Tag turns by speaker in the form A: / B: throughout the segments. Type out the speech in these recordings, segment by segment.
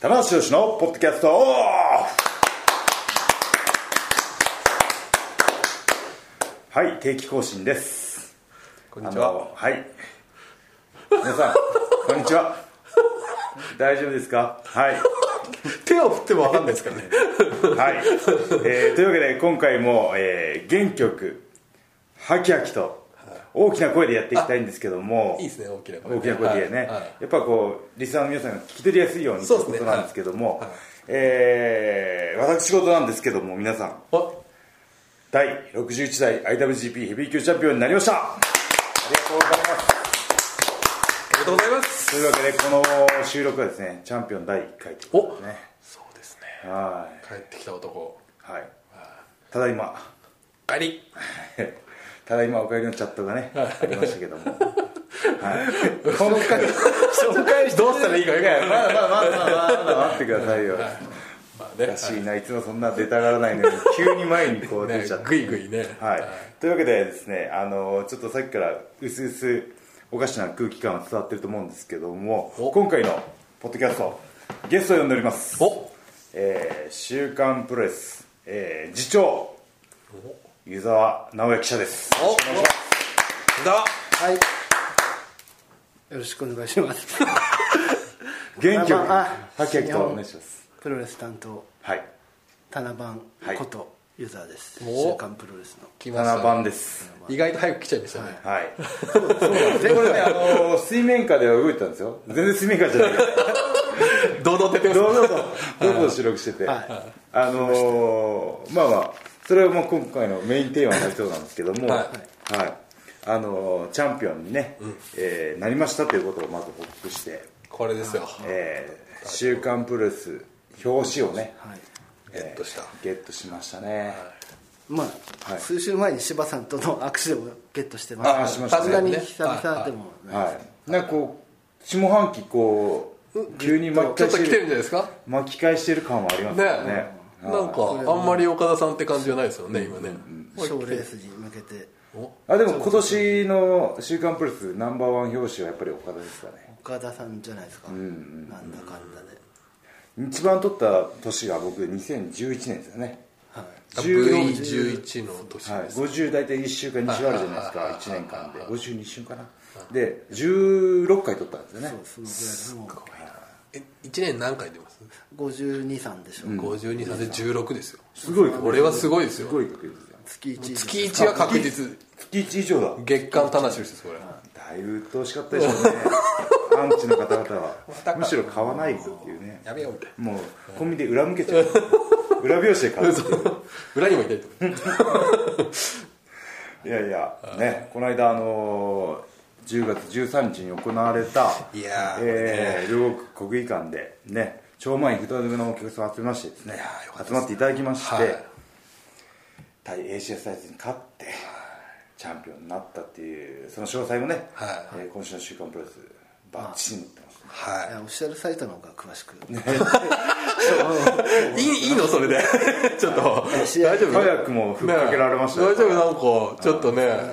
A: 棚橋宏のポッドキャストオフはい定期更新です
B: こんにちは
A: あのはい皆さん こんにちは大丈夫ですかはい
B: 手を振ってもわかんないですからね
A: はい、えーというわけで今回も、えー、原曲ハキハキと大きな声でやっていきたいんですけども
B: いいですね大きな声
A: 大きな声でね、
B: はいはい
A: やっぱこうリスナーの皆さんが聞き取りやすいようにと
B: そ
A: いううこ
B: ですね
A: となんですけども、
B: はいはい
A: えー私事なんですけども皆さん
B: あ
A: 第61代 IWGP ヘビー級チャンピオンになりましたありがとうございます
B: おめでとうございます
A: というわけでこの収録はですねチャンピオン第1回ということですね
B: そうですね
A: はい
B: 帰ってきた男
A: はいただいま
B: 帰り
A: ただいまお帰りのチャットがねありましたけども、は い、今回
B: 紹介してどうしたらいいかよくわかんない
A: まあまあまあまあまあ待ってくださいよ
B: まあ
A: お
B: ね
A: かしいないつもそんな出たがらないのに急に前にこう出
B: ね
A: ちゃって、
B: ぐいぐいね
A: はい、というわけでですねあのちょっとさっきからうすうすおかしな空気感は伝わってると思うんですけども
B: お
A: 今回のポッドキャストゲストを呼んでおります
B: お
A: えー週刊プロレス」えー次長湯沢直哉記者です
B: おおだ
C: はい。よろしくお願いします。
A: 元気よく
C: あ
A: ハ
C: あ
A: キハキとお願いします
C: プロレス担当、
A: はい
C: タナバン
A: はい
C: こと、ユザーです。
B: お
C: 週刊プロレスの。
B: 来ました
A: 7番です
B: 意外と早く来ちゃいましたね
A: はいでこれねあのー水面下では動いてたんですよ全然水面下じゃないから
B: 堂々出てます
A: 堂々と堂々と収録してて、
C: はい
A: あのーまあまあそれはもう今回のメインテーマになりそうなんですけども
B: は
A: はい、あのーチャンピオンにね、えーなりましたということをまず報告して、
B: これですよ
A: えー週刊プロレス表紙をね、
C: はい。
B: ゲットした
A: ゲットしましたね、
C: まあ、
A: はい
C: 数週前に柴さんとの握手をゲットしてま
A: ああ
C: す
A: しました
C: さ
A: ね
C: すがに久々でもない
A: はい、なんかこう下半期こう急に
B: ちょ
A: 巻
B: っ
A: き
B: と
A: 返
B: 来て
A: して
B: るんじゃ
A: る
B: ないですか
A: 巻き返してる感はあります
B: ね
A: よね
B: なんかあんまり岡田さんって感じじゃないですよね今ね
C: 賞レースに向けて
B: お
A: あでも今年の「週刊プレス」ナンバーワン表紙はやっぱり岡田ですかね
C: 岡田さんじゃないですか、なんだかんだで、
A: 一番取った年が僕2011年ですよね
C: はい、
A: 16
B: V11 の年
A: はい、
B: です
A: 50大体1週間2週あるじゃないです
B: はい
A: か1年間で52週かなで16回取ったんですよね
C: そうそのぐらいで
B: え1年何回出ます
C: もう52さんでしょう、
B: 52歳で16ですよ
A: すごいこ
B: 俺はすごいです
A: す
B: よ
A: ごい確率ですよ
C: 月1以上
B: 月1は確実
A: 月1以上だ
B: 月間田無ですですこれ
A: だいぶ鬱陶しかったでしょうね アンチの方々はむしろ買わないっていうね
B: やめようみたい
A: もうコンビニで裏向けちゃう裏表紙で買うってい
B: 裏にもいないと思う
A: ういやいやねこの間あのー10月13日に行われた
B: いやー
A: えー両国国技館でね超満員二人組のお客さんを集めましてですね
B: いやーよかったです
A: 集まっていただきまして、
B: はい
A: 対 ACS 対決に勝ってチャンピオンになったっていうその詳細もね、
B: はい
A: えー今週の「週刊プロレス」バッチリ載ってます
C: い
B: は
C: やオフィシャルサイトの方が詳しく、
B: いいいいいのそれで ちょっと大丈夫
A: 早くもふっかけられました
B: ね
A: よ
B: 大丈夫なんかちょっとねなんか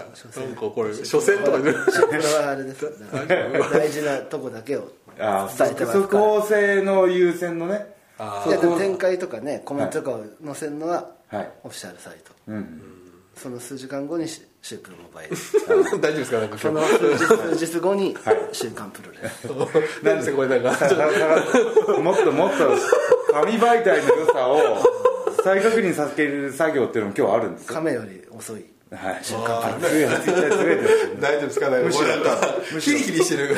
B: これ初戦とかで
C: シンプルはあれですよね大事なとこだけを
A: ああ、そ
C: 伝えてます
A: そ
C: か
A: こ性の優先のね
B: あ
C: らいやでも展開とかねコメントとかを載せるのは
A: はい
C: オフィシャルサイト、
A: うん
C: その数時間後にシシュープロモバイル
B: 大丈夫ですかなんか
C: そ
B: 今
C: の
B: 日
C: 数日数日後に週刊プロレス、
B: 何ですかこ れなんか
A: だからもっともっと紙媒体の良さを再確認させる作業っていうのも今日あるんですよ
C: 亀より遅い
A: はい瞬間プロレス絶対ずれてる
B: 大丈夫 ですかね
A: むしろ
B: これなんか
A: むし
B: ヒ
A: ろ
B: リヒリしてる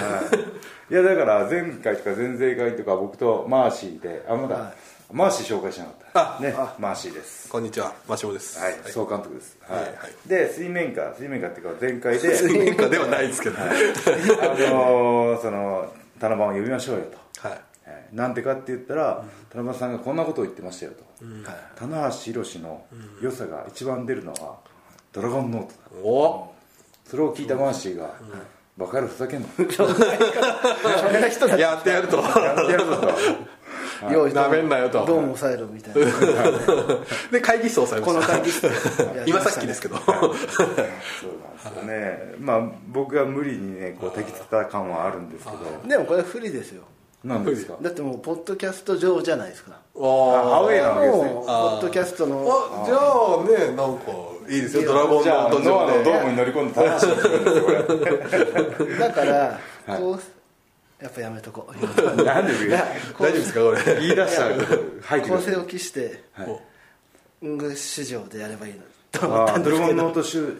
A: いやだから前回とか前々回とか僕とマーシーであまだ、マーシー紹介しなかった
B: あ
A: ねマーシーです
B: こんにちはマシモです
A: はい、総監督です、はい
B: はい
A: で水面下水面下っていうか前回で
B: 水面下ではないですけどはい
A: あのーその七番を呼びましょうよと、えーなんてかって言ったら、田中さんがこんなことを言ってましたよと、
C: はい
A: 棚橋宏の良さが一番出るのはドラゴンノートだ
B: お
A: それを聞いたマーシーが、バカ野郎ふざけんな
C: そんな人だ
B: やってやる と
A: やってやるぞと
C: 用意
B: なめんなよと
C: どうも抑えろみたいな
B: で会議室を押さえま
C: こ
B: した
C: の会議室やり
B: 今
C: ま
B: さ
C: た
B: っきですけど
A: そうなんですよねまあ僕が無理にねこう敵つけた感はあるんですけど
C: でもこれ不利ですよ
A: なんですか
C: だってもうポッドキャスト上じゃないですか
A: あアウェイな
C: も
A: わけです
C: う
A: ね
C: ポッドキャストの
B: あじゃあねなんかいいですよ「ドラゴン
A: じゃ
B: ボ
A: あ
B: ー
A: ノ
B: ル
A: ア
B: と上
A: のド
B: で
A: ームに乗り込んで正しいってことですよこ
C: だからこうやっぱやめとこう
A: れなんで
C: いやこう
B: 大丈夫ですかこれ
A: 言い出したら入ってく
C: 構
A: る
C: 成を期して
B: はい
C: 音楽市場でやればいいのにと思
A: あ
C: った
A: ー
C: ん
A: ド
C: で
A: ラ
C: す
A: ゴ
C: け
A: ン
C: ど
A: ノート集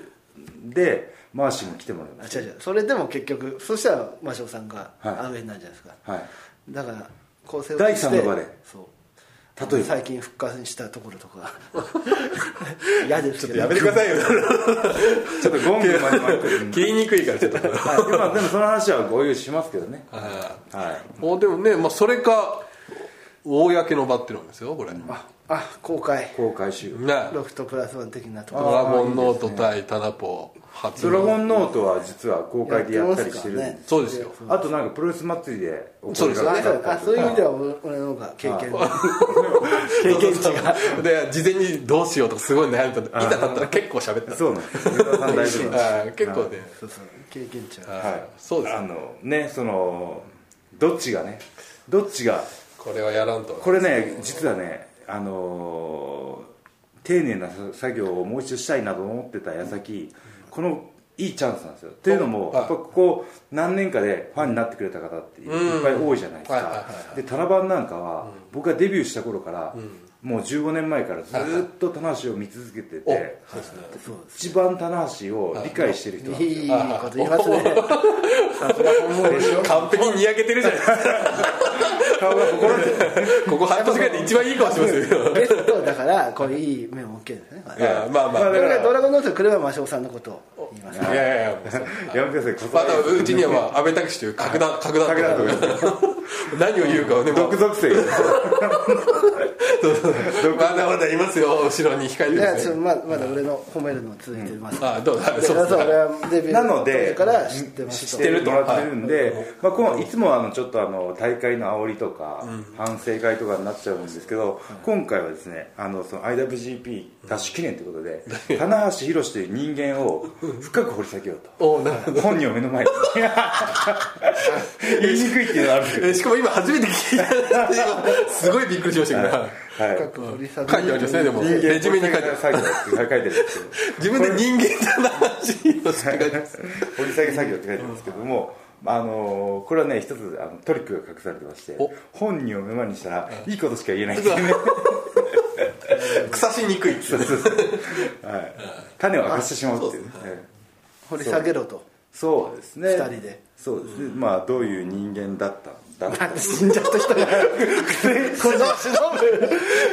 A: でマーシーも来てもらい
C: あ
A: まし
C: 違う違うそれでも結局そしたら魔性さんが
A: はい
C: アウェイになるじゃないですか、
A: たはい
C: だから構成を
A: 第三の場で
C: そう
A: 例えば
C: 最近復活したところとか嫌ですけど
B: やめてくださいよ
A: ちょっとゴングまで巻いてる
B: 切りにくいからちょっと
A: はいまあでもその話は合流しますけどね
B: あ
A: はい
B: もうでもね、まあ、それか公の場っていうのがですよこれね
C: あ公開
A: 公開収録
C: ロフトプラスワン的なと
B: ド
C: ころ
B: ラゴンノート対タナポ初
A: ドラゴンノートは実は公開でやったりしてるん
C: やって
A: で
C: ます
B: そうですよ
A: あとなんかプロレス祭りでお
B: そうですよね
A: 金が
C: あそういう意味では俺俺の方が経験
B: 経験値がで事前にどうしようとかすごい悩んでたんで板立ったら結構喋った
A: そうなんです三浦さん大丈夫なんです
B: はい結構ね
C: そうそう経験値は
B: はいそうです
A: あのねそのどっちがねどっちが
B: これはやらんと
A: これね実はねあのー丁寧なさ作業をもう一度したいなと思ってた矢先、このいいチャンスなんですよっていうのも
B: はい
A: やっぱここ何年かでファンになってくれた方ってい
B: うん
A: っぱい多いじゃないです
B: はいはいは
A: かでタラバンなんかは僕がデビューした頃からもう15年前からずっと棚橋を見続けて
B: お
A: て
B: そうですね
C: そうです
A: 一番棚橋を理解してる人なんですよ
C: いいこと言いますねさすが本物でしょ
B: 完璧ににやけてるじゃないですか
A: 顔が心に
B: ここ半年ぐらいで一番いい顔してます よ
C: ゲストだからこういい面を受けるんですねこれ
B: あまあまあ
A: まあ
C: だからドラゴンノートに来れば魔性さんのことを言います
B: いやいやいやもうそ
A: やめてくださいこそ
B: まあだからうちにはまあ安倍拓司という核弾核弾
A: 武田とか
B: 何を言うかをね、まあ
A: 独属性が
B: まだまだいますよ後ろに控え
C: い
B: て
C: や
B: で
C: ち
B: す
C: ょ
B: ね
C: ままだ俺の褒めるの続いてます、
B: あどうだ
C: で
B: そうです
C: そう俺
B: ね
C: はデビュー
A: なので
C: 当時から知ってます
A: 知
C: と
A: ってると
B: はい
A: もらってるんで、まあ、このいつもあのちょっとあの大会の煽りとか反省会とかになっちゃうんですけど、今回はですねあのその IWGP ダッシュ記念ということで、棚橋宏という人間を深く掘り下げ ようと
B: おなるほど
A: 本人を目の前に言いにくいっていうのはあるけど
B: えしかも今初めて聞いたんですけどすごいびっくりしましたけど、
A: はい
C: 深く掘り下
B: 書いてあ
C: げ
B: りますねでも
A: 人間
B: レジュメに書いてある
A: 作業って書いてあるんですけど
B: 自分で人間だな話をして書いてあります
A: 掘り下げ作業って書いてますけども、あのーこれはね一つあのトリックが隠されてまして
B: お
A: 本人を目まにしたらいいことしか言えないっていうね
B: 腐しにく いっていうね
A: はい種を明かしてしまうっていうね
C: 掘り下げろと
A: そうですね
C: 二人で
A: そうですねまあどういう人間だったんだろう
C: 死んじゃった人がこの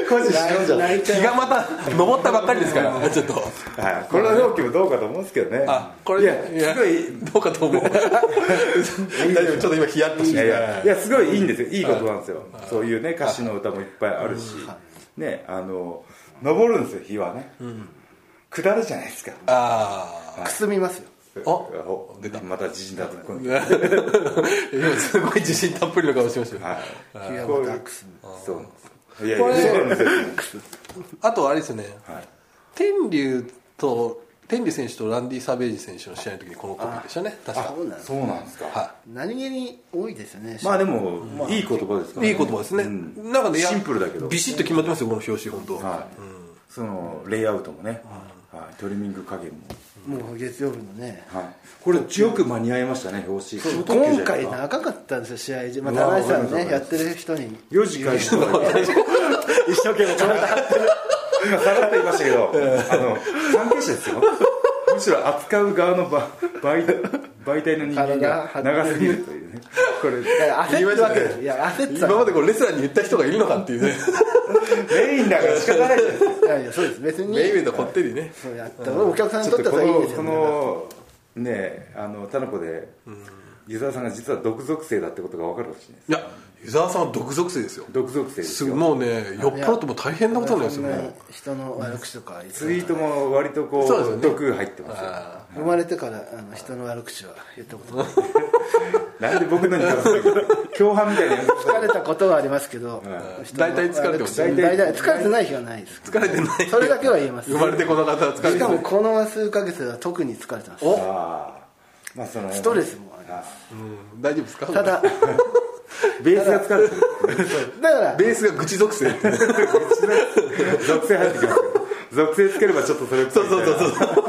A: 個人しじゃ
C: 泣い
B: 日
C: て
B: がまた登ったばっかりですからちょっと
A: はいこれは納期もどうかと思うんですけどね
B: あこれ
A: いやすごい
B: どうかと 思う大丈夫ちょっと今ヒヤッとし
A: いやい
B: て
A: やいやすごいいいんですよいいことなんですよそういうね歌詞の歌もいっぱいあるしねあの登るんですよ日はね下るじゃないですか
B: あ
C: くすみますよ
A: お出たまた自信だとこの
B: あ 今すごい自信たっぷりの顔してましたよ
A: はい
C: 日は
A: こう
C: ま
A: い
C: た
A: う
C: くすみ
A: そうなんですいやいやそうなんですよ
B: あとあれですね、
A: はい
B: 天竜と天竜選手とランディ・サベージ選手の試合の時にこのコピーでしたね確か
C: そうなんです
A: そうなんですか
B: は
C: 何気に多いですよね
A: まあでもいい言葉ですから
B: いい言葉ですね、
A: うん
B: なんかねや
A: シンプルだけど
B: ビシッと決まってますよこの表紙本当、
A: はいそのレイアウトもねはいトリミング加減も
C: もう月曜日のね
A: はいこれよく間に合いましたね表紙
C: 今回長かったんですよ試合中まあ棚橋さん
A: うわ
C: ねやってる人に
A: 4時開始とか言って一生懸命ちょっと今さらっと言いましたけどあの関係者ですよむしろ扱う側のば媒媒体の人間が長すぎるというねこ
C: い
A: れ
C: や焦ってるわけですいや焦ってた
B: 今までこうレスラーに言った人がいるのかっ ていうね
A: メインだから仕方ないじゃないですか
C: いやいやそうです別に
B: メイウェザーこってりね
C: そうやったお客さんに
A: ちょ
C: と
A: っ
C: って
A: とこ
C: はいいです
A: の
C: よ
A: こ
C: ね
A: のねあのタナポで湯沢さんが実は毒属性だってことが分かるかもしれないです
B: いや湯沢さんは毒属性ですよ
A: 毒属性です
B: す
A: よ
B: ぐもうね酔っ払っても大変なことになりますよね
C: 人の悪口とか言ってた
A: ツイートも割とこ
B: そうですよ
A: う
B: ね
A: 毒入ってますよ
B: あ
C: 生まれてからあの人の悪口は言ったことない
A: なんで僕のに関する共犯みたいなやつ
C: 疲れたことはありますけど人の
B: 大体疲れてます
C: 悪口大体疲れてない日はないです
B: ー疲れてない
C: それだけは言えます
B: 生まれてこの方は疲れ
C: してか
B: な
C: も
B: い
C: この数ヶ月は特に疲れてます
B: お、
A: ああまあその
C: ストレスもあります
B: うん、大丈夫ですか
C: ただ
A: ベースが疲れてる
C: だから
B: ベースが愚痴属性
A: 属性入ってきますよ属性つければちょっとそれっぽいみたいな
B: そうそう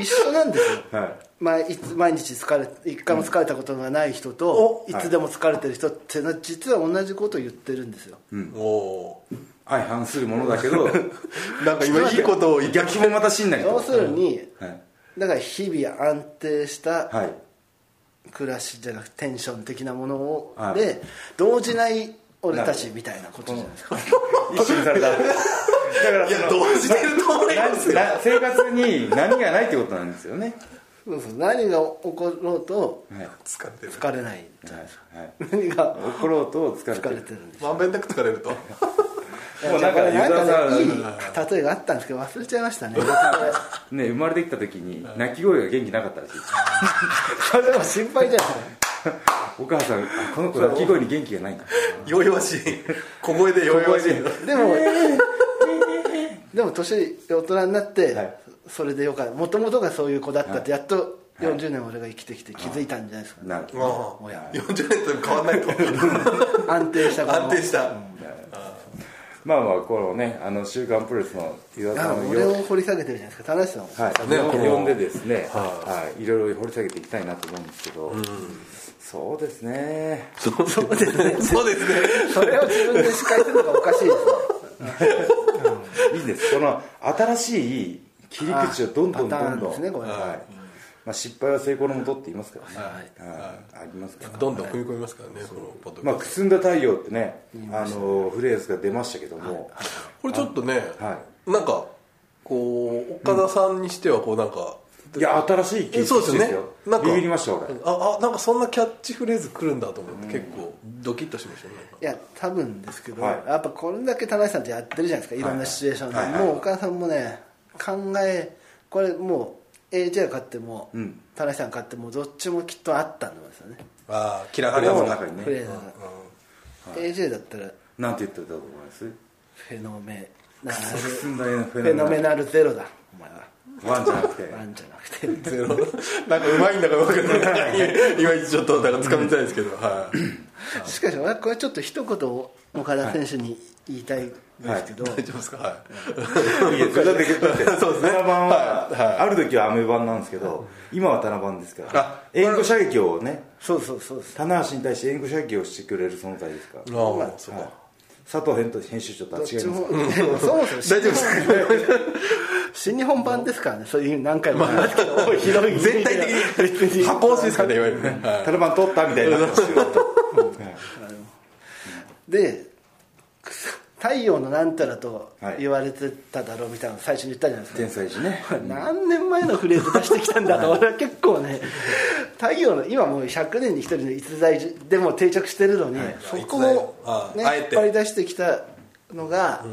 C: 一緒なんですよ
A: はい
C: まあ、いつ毎日疲れ一回も疲れたことがない人と、いつでも疲れてる人ってのは実は同じことを言ってるんですよ、
B: お
A: 相反するものだけど
B: ー なんか今いいことを言って
A: 逆もまた信頼
C: 要するに、
A: はい
C: だから日々安定した
A: はい
C: 暮らしじゃなくテンション的なものを、
A: はい
C: で動じない俺たちみたいなことじゃないですか
A: 一心されただから
B: いや
A: その
B: どうしてると思いますよ
A: なな生活に波がないってことなんですよね
C: そうそう何が起ころうと
A: はい
B: 疲れてる
C: 疲れないじゃないですか
A: はい
C: 何が
A: 怒ろうと疲れて
C: 疲れ
A: る
C: てるんです
B: まんべんなく疲れると
A: もうなんか
C: い
A: 湯
C: や
A: 沢さ
C: なんかねいい
A: ん
C: 例えがあったんですけど忘れちゃいましたね
A: ね生まれてきた時に泣き声が元気なかったらしい
C: それも心配じゃない
A: お母さんあこの子泣き声に元気がないんだ
B: 弱々しい小声で弱々しい
C: でも、でも年大人になって、
A: はい
C: それでよかったもともとがそういう子だったって、やっと
A: い
C: 40年俺が生きてきて気づいたんじゃないですか、
A: なるほど
B: あ
C: おや
B: あ40年と変わんない と
C: 安定した
B: 安定した、
A: まあまあこのねあの週刊プロレスの湯田さ
C: だから
A: んを
C: 俺を
A: よ
C: 掘り下げてるじゃないですか田無さんを、
A: はい、
B: ね
A: よ
B: この
A: 呼んでですね、
B: は
A: はい、いろいろ掘り下げていきたいなと思うんですけど、そうですね
B: そうですねそうですね
C: それを自分で司会するのがおかしいですね
A: いいですこの新しい切り口をどんどんど
C: あパター
A: ん
C: ン
A: どん、
C: ですねこれは
A: はいまあ、失敗は成功のもとって言いますからね、はいありますから
B: どんどん踏み込みますからねこのポッドキ
A: まあ、
B: ャスト
A: くすんだ太陽ってね、あのフレーズが出ましたけども、
B: これちょっとね、
A: は
B: なんかこう岡田さんにしてはこうなんか、
A: いや、新しい切り口です
B: そう
A: よ、
B: ですよねなんか
A: ビビりました、俺、
B: ああなんかそんなキャッチフレーズ来るんだと思って、結構ドキッとしましたねなんか
C: いや多分ですけど、
A: はい
C: やっぱこれだけ田無さんってやってるじゃないですかいろんなシチュエーションで、
A: はいはいはい
C: もうお母さんもね考えこれもう AJ が勝っても、
A: うん
C: 田無さん勝ってもどっちもきっとあったんですよね
B: ああキラ
A: あ
B: ハ
A: れ
B: リ
A: は
B: ア
A: も
B: ム
A: う
B: が
A: 中に
C: フレー
A: ね、
C: ズが、AJ だったら
A: なんて言ってたと思います
C: フェノメナル
A: くす
C: フ
A: んだフ
C: ェノメナルゼロだお前
A: ワ
C: は
A: ンじゃなくて、
C: なんじゃなくて
B: ゼロなんかうまいんだかうまくないんだかいまいちちょっとだから掴みたいですけど、はい
C: しかし俺はこれちょっと一言を岡田選手に言いたいんですけど、
B: 大丈夫ですかはい
A: いですよだって、だって、
B: そうですね
A: タナ版は、
B: はいはい
A: ある時はアメ版なんですけど、今はタナ版ですか
B: あ
A: ら、援護射撃をね、
C: そうそうそうです
A: 棚橋に対して援護射撃をしてくれる存在ですから、
B: いああそうか、
A: はい佐藤編と編集長とは
C: どっ
A: 違い
C: ち
A: ます
C: も
A: か
C: そもそも
B: 大丈夫ですか
C: 新日本版ですからねそういう何回も言い ますけど、ひどい
B: 全体的に箱押しですかねいわゆるね、
A: ら、タナ版取ったみたいになってますよはい
C: でくす太陽のなんたらと
A: はい
C: 言われてただろうみたいなの最初に言ったじゃないですか
A: 天才児ね。
C: 何年前のフレーズ出してきたんだと俺は結構ね太陽の今もう100年に一人の逸材でも定着してるのに、そこ
B: 逸
C: を、
B: 材
C: ね、
B: ああ
C: 引
B: え
C: って張り出してきたのが、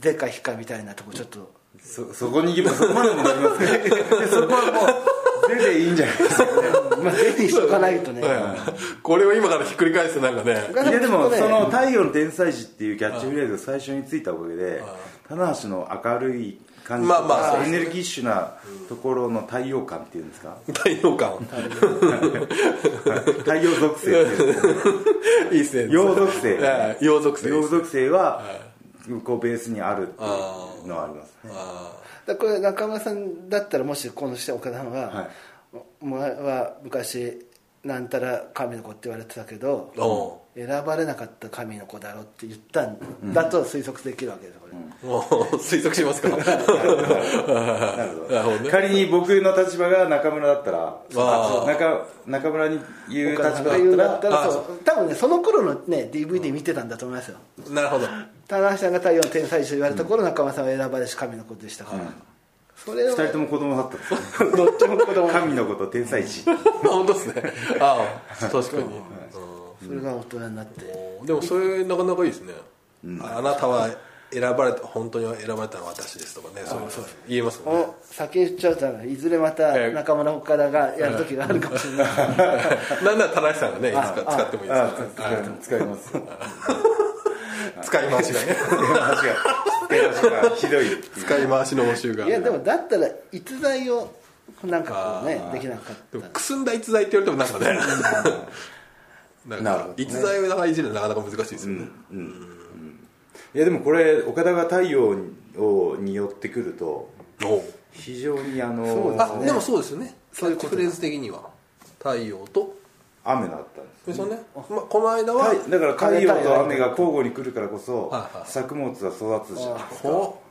C: でかひかみたいなとこちょっと
A: そそこに行けばそこまでもなりますけど そこはもう出ていいんじゃないですかね
C: まあ出てしとかないとね
B: はいこれを今からひっくり返すとなんかね
A: いやでもその「太陽の天才児」っていうキャッチフレーズが最初についたおかげで棚橋の明るい感じとか
B: まあまあそう
A: エ
B: です
A: ネルギッシュなところの太陽感っていうんですか
B: 太陽感
A: 太陽属性っていうんですか
B: いいですね
A: 陽属性
B: はい陽属性
A: 陽属性はこうベースにあるっていうのはありますね
B: あ
C: だからこれ中村さんだったらもしこの人岡田さんは、
A: はい
C: お前は昔なんたら神の子って言われてたけど
B: お
C: 選ばれなかった神の子だろって言ったんだと推測できるわけですこれ、
B: あもう推測します か
A: なる
B: なるほ
A: ほ
B: どね
A: ど仮に僕の立場が中村だったら
B: あー
A: 中中村に言う立場だ
C: 岡田さんが言うんだ
A: っ
C: ったた
A: ら
C: ら
B: あ
C: そう多分ねその頃のね DVD 見てたんだと思いますよ
B: なるほど
C: 田中さんが太陽の天才児と言われた頃、中村さんは選ばれし神の子でしたから、それ
A: 二
C: を
A: 人とも子供だったんですよ
C: どっちも子供
A: 神のこと天才児
B: 本当ですねああ確かに、
C: それが大人になって
B: うんでもそれなかなかいいですね、あなたは選ばれた本当に選ばれたのは私ですとかねそういうの言えますもんね
C: を先言っちゃうとあのいずれまた中村岡田がやる時があるかもしれ ない
B: なんなら田中さんがねいつか使ってもいいです
A: あ
B: よ
A: ー使いますよ
B: 使い回しがね
A: 手足が手足がひどい
B: 使い回しの応酬が
C: いやでもだったら逸材をなんかこうねできなかっ
B: でも
C: た
B: くすんだ逸材って言われてもなんかねだか
A: なるほ
B: ら
A: どね
B: 逸材をなかなかいじるのはなかなか難しいですよね、
A: いやでもこれ岡田が太陽をによってくると
B: おう
A: 非常にあの
C: そう
B: あでもそうですよね
C: そういうこ
B: キャッチ
C: とだ
B: フレーズ的には太陽と
A: 雨だったんです
B: でそのね、ま、この間は、
A: 太だから太陽と雨が交互に来るからこそ
B: はいはい
A: 作物は育つじゃないですか
B: ほ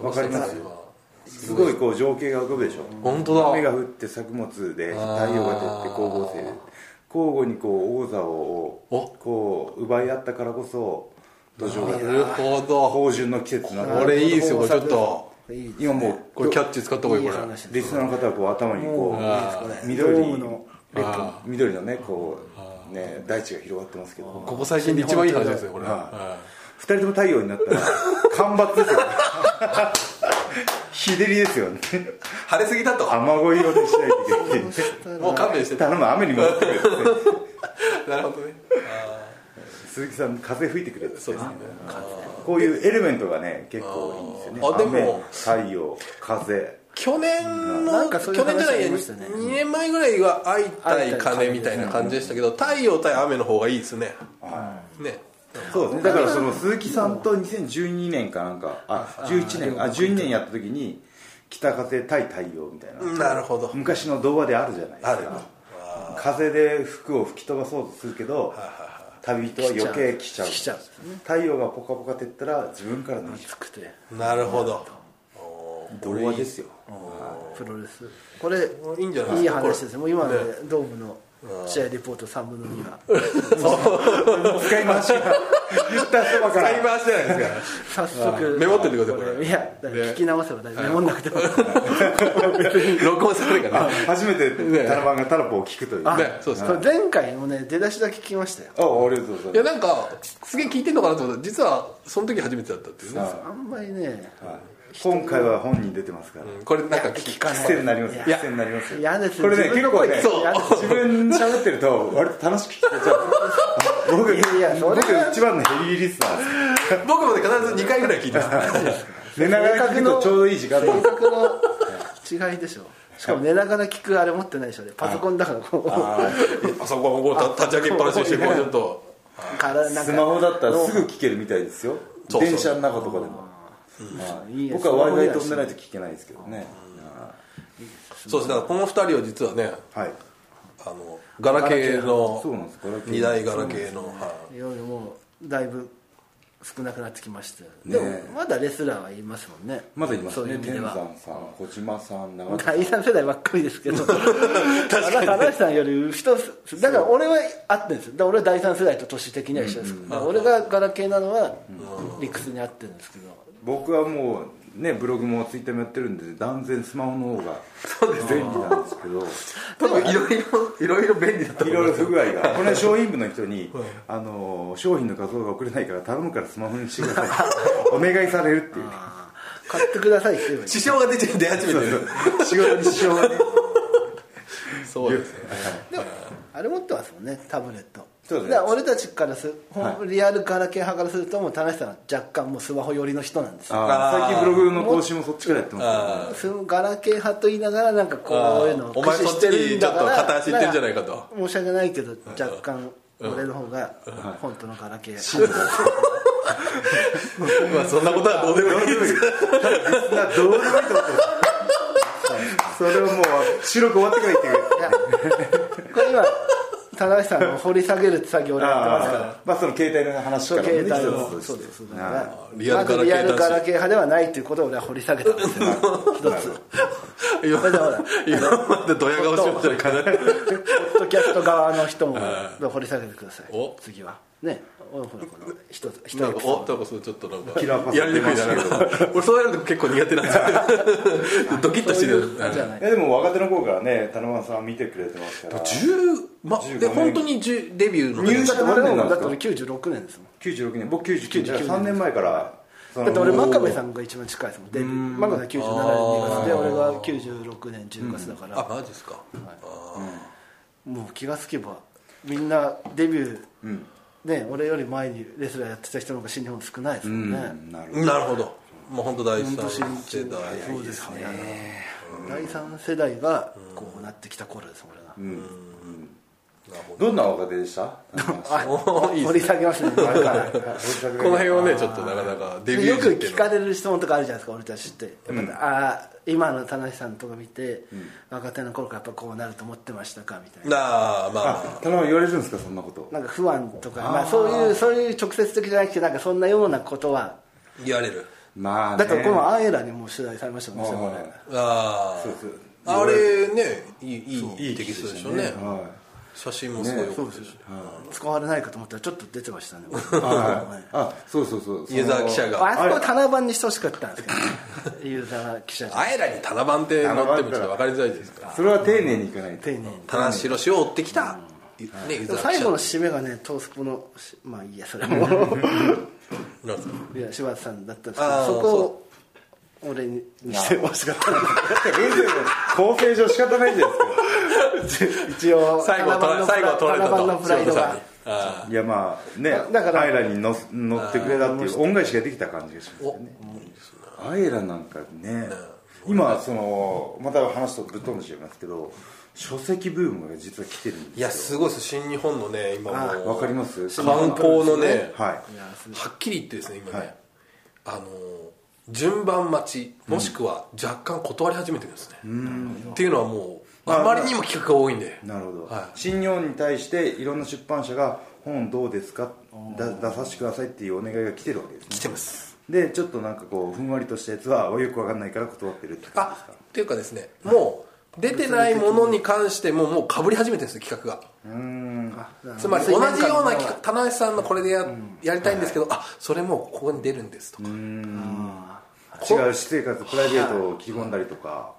B: う
A: わかります
B: よ
A: すごいこう情景が浮かぶでしょ
B: 本当だ
A: 雨が降って作物で
B: あー
A: 太陽が照って光合成で交互にこう王座を
B: お
A: こう奪い合ったからこそ土壌
B: な
A: が
B: るほど
A: 芳醇の季節にな
B: こ
A: る
B: れいいですよこれちょっと
C: いいですね
A: 今も
B: これキャッチ使った方がいい
C: いい
B: これ
C: 話
A: うリ
C: です
A: スナーの方はこう頭に
C: も
A: こ
C: う
A: う
C: いいですこれ
A: 緑
C: ドームのレッド
B: あ
A: 緑のねこうね大地が広がってますけ
B: ー
A: ど
B: ここ最近で一番いい話ですよこれ、
A: はい
B: は
A: 二人とも太陽になったら干ばつですよね 日照りですよね
B: い晴れすぎだと
A: 雨乞いをねしないといけ
B: もう勘弁してた
A: 頼む雨に戻ってくれって
B: なるほどね
A: 鈴木さん風吹いてくれって
B: そうですね
A: こういうエレメントがね結構いいんですよね
B: あーあでも
A: 雨太陽風
B: 去年
C: な
B: の、
C: んか
B: 去
C: そういう
B: 年じゃない
C: 話あ
B: や
C: りましたね
B: 2年前ぐらいは愛対金みたいな感じでしたけど太陽対雨の方がいいですねね
A: そうですねだからその鈴木さんと2012年かなんかあ11年あ12年やった時に北風対太陽みたいな
B: なるほど
A: 昔の童話であるじゃない
B: あ
A: です
B: る
A: か風で服を吹き飛ばそうとするけど旅人は余計来ちゃう
C: 来ちゃう
A: 太陽がポカポカ照ったら自分から脱ぎ
C: 熱くて
B: なるほど
A: 童話ですよ
C: プロレスこれ
B: いいんじゃないですか
C: いい話ですねもう今のね
B: ね
C: ドームの試合レポート3分の2は
A: 使い回しが言ったそばか
B: 使い
A: ら
B: 回しじゃないです
C: 早速
B: メモっててくださいこれ
C: いやだから聞き直せば大丈夫メモんなくても
B: か録音されるからね
A: 初めてタラバンがタラポを聞くという
C: あ
B: ね そうですね
C: これ前回もね出だしだけ聞きましたよ
A: あありがとうご
B: い
A: ざい
B: やなんかすげえ聞いてんのかなと思ったら実はその時初めてだったっていうね
A: ますは
C: あんまりね
A: い今回は本人出てますから
B: うんこれなんか聞か
A: 癖になりますよ
B: いや
A: 癖になりますよ
C: 嫌です
A: これね
C: 自
A: 結
C: 分の
A: 構
C: 声
A: ね
C: 聞くと嫌です
A: 自分喋ってると割と楽しく聞こえちゃうあ僕
C: いやいやそ
A: 僕
C: れは
A: 一番のヘビーリスナーです
B: 僕もね必ず2回ぐらい聞いてます
A: 寝ながら聞くとちょうどいい時間なん
C: 性
A: です
C: 格の違いでしょしかも寝ながら聞くあれ持ってないでしょねパソコンだからこ う
B: あそこはもう立ち上げっぱなしにしてこうちょっと
C: からなんか
A: スマホだったらすぐ聞けるみたいですよ
B: そうそう
A: 電車の中とかでもはい
C: いいです
A: 僕は w i f i 飛んでないと聞けないですけどね
B: そうですだからこの2人は実はね
A: はい
B: あのガラケーの
A: そうなんですガラケー
B: 二台ガラケーのはい
C: いろいろもうだいぶ少なくなってきましたよ
A: ね
C: でもまだレスラーはいますもんね
A: まだいます
C: そうい
A: ね
C: う意味
A: 天
C: では
A: 山さん小島さん長田さん
C: 第3世代ばっかりです けど高橋さんより人すだから俺は合ってるんですよだから俺は第3世代と年的には一緒ですけど、だから俺がガラケーなのは理屈に合ってるんですけど、
A: 僕はもうねブログもツイッターもやってるんで断然スマホの方が便利なんですけど
B: 多分いろいろいろいろ便利だった
A: いろいろ不具合がこれ商品部の人に、あの商品の画像が送れないから頼むからスマホにしてくださいお願いされるっていう
C: 買ってくださいって言えばいい
B: 支障が出ちゃい出始めてる
A: 仕事に支障がね
B: そうですね
C: あれ持ってますもんねタブレット
A: そうですね
C: だから俺たちからすほんリアルガラケー派からするともう田中さんは若干もうスマホ寄りの人なんですよ
A: あー
B: あー
A: 最近ブログの更新もそっちからやってますからね
C: そのガラケー派と言いながらなんかこういうのを
B: あーお前
C: 駆使してるんだから
B: そっちにちょっと片足いってんじゃないかと
C: ん申し訳ないけど若干俺の方が本当のガラケー
B: まあそんなことはどうでもいいですけど
A: いやどうでもいいと思って ますそれをもう収録終わってから言ってくれ
C: いやこれ今田中さんを掘り下げる作業をやってますから
A: あーまあその携帯の話
C: そ
A: か
C: う
A: らも
C: 携
A: ね
C: 帯の
A: 一つ
C: そ
A: と
C: う
A: し
C: で
A: て
C: すそうだから
B: リアルガラケーだし
C: まずリアルガラケー派ではないということを俺は掘り下げたんですよ一つ
B: 今ま
C: だ
B: で
C: から
B: 今までドヤ顔してましたからね
C: ポッドキャスト側の人も掘り下げてください
B: お
C: 次はねおほらこの一つ一
B: なんか
C: つ
B: おなんかそれちょっとなん
A: キラーパ
B: か
A: ス
B: やりにくいな
A: 出ました
B: 俺そうやるの結構苦手なんですよドキッとしてる
C: じゃない
A: いやでも若手の頃からね田中さん見てくれてますから
B: 10ま
A: 15
B: で本当に10デビューの
A: 入
B: 時
C: だって
A: 社
C: 俺
A: 何年な
C: の
A: ん
C: だ
A: です
C: って
A: か
C: 俺96年ですもん
A: 96年僕99年
C: 99年
A: 3年前からその
C: だって俺真壁さんが一番近いですもんデビュー真壁さん97年2月で俺が96年10月だから
B: あマジですか
C: もう気がつけばみんなデビューね俺より前にレスラーやってた人の方が新日本少ないですもんね
A: うんなるほど
B: なるほどもう本当第三
C: 本当新
B: 世
C: 日
B: 代
C: 本そうですね第三世代がこうなってきた頃ですもん俺が
B: な
A: どんな若手でした
B: おーいい
C: 掘
B: で
C: り
B: すね
C: 下げますね
B: この辺はねちょっとなかなかデビュ
C: よ
B: ー
C: く
B: 時っていう
C: 聞
B: の
C: か
B: は
C: れる質問とかあるじゃないですか俺たちってやっぱ、ああ今の田無さんとか見て、若手の頃からやっぱこうなると思ってましたかみたいな
B: なあまあ
A: あ田中言われるんですかそんなこと
C: なんか不安とかまあ、そういうそういう直接的じゃなくてなんかそんなようなことは
B: 言われる
A: まあ
C: だ
A: ね
C: ってこのアンエラにも取材されましたもんね
A: はい
B: あ
A: そうです
B: ああれねいいいいいい
A: テ
B: テキ
A: キ
B: ス
A: ス
B: ト
A: ト
B: で
A: で
B: し
A: し
B: ょ
A: た
B: う
A: ね
B: ね
A: は
B: 写真もすごいよかったし、
C: 使われないかと思ったらちょっと出てましたね僕
A: はいあそうそうそう
B: ユーザー記者が
C: あそこ棚番にしてほしかったんですけど、ね、ユーザー記者じゃ
B: あえらに七番って乗ってもちょっと分かりづらいですから
A: それは丁寧にいかないと
C: 丁寧に
B: 棚橋宏を追ってきた、ね、ユー
C: で
B: ザ
C: も
B: ー
C: 最
B: 記
C: 後
B: 者
C: の締めがねトースポのしまあいいやそ れもい
B: なんですか
C: や柴田さんだったんですけ
B: あ
C: ど
B: ー
C: そこを俺にしてほしかった
A: 構成上仕方ないじゃない
C: 一応
B: 最後は取ら
C: 七
B: 最後は取られ
C: 番の
B: た
C: 七番の
B: と
C: プライドが
B: そうあ
A: ですかいやまあね
C: だから
A: アイラにの乗ってくれたっていう恩返しができた感じがしますよねアイラなんかね今そのまた話とぶっ飛んでしまいますけど書籍ブームが実は来てるん
B: ーい
A: で
B: や
A: す
B: すごいです新日本のね今も
A: よ
B: う
A: わかります
B: 観光のね
A: はい
C: やす
B: はっきり言ってですね今ね、あのー順番待ちもしくは若干断り始めてるんですね、っていうのはもうあまりにも企画が多いんで
A: なるほど、
B: はい
A: 新日本に対していろんな出版社が本どうですかだ出させてくださいっていうお願いが来てるわけですね
B: 来てます
A: でちょっとなんかこうふんわりとしたやつはよくわかんないから断ってるってことですか
B: あっていうかですねもう出てないものに関してももうかぶり始めてるんですよ企画がつまり同じような企画田中さんのこれでや,、やりたいんですけど、あそれもうここに出るんですとか、こ
A: 違う私生活プライベートを切り込んだりとか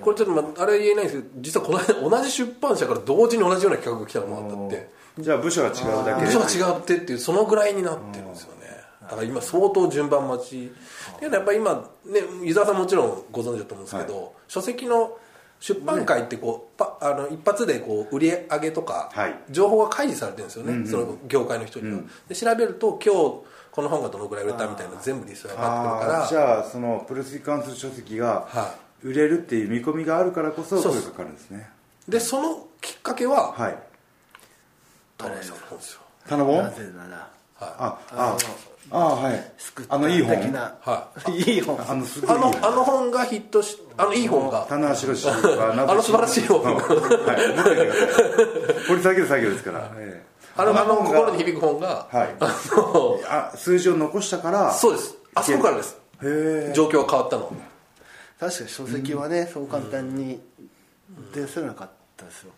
B: これちょっと、まあ、あれ言えないんですけど実はこの間同じ出版社から同時に同じような企画が来たのもあったって
A: じゃあ部署が違うだけで
B: 部署が違ってっていうそのぐらいになってるんですよねだから今相当順番待ちでやっぱり今ね湯沢さんもちろんご存知だと思うんですけど、書籍の出版会ってこう、パあの一発でこう売り上げとか、
A: はい
B: 情報が開示されてるんですよね、その業界の人には、で調べると今日この本がどのぐらい売れたみたいな全部リストが上が
A: あ
B: っ
A: ー
B: て
A: じ
B: くるから
A: ゃあそのプレスに関する書籍が
B: は
A: 売れるっていう見込みがあるからこそ
B: そ
A: 声
B: うです
A: がかかるんですね
B: でそのきっかけは、
A: はい
B: 田中さんの本ですよ
A: 田中
C: な
A: 本
C: ぜなら
A: ああああはい
C: 救った
A: あのいい本
C: 的な、、
B: はい
C: い本
A: あのすごい
B: あ
A: いい
B: の
A: 本
B: あの本がヒットしあのいい本が
A: 棚橋宏はなぜ
B: あの素晴らしい本
A: うんはい持っててください掘り下げる作業ですから、ええ
B: あのあの
A: 本が
B: 心に響く本が、
A: はい
B: あの
A: あ数字を残したから
B: そうですあそこからです
A: へえ
B: 状況が変わったの
C: 確かに書籍はね、そう簡単に出せなかったですよ、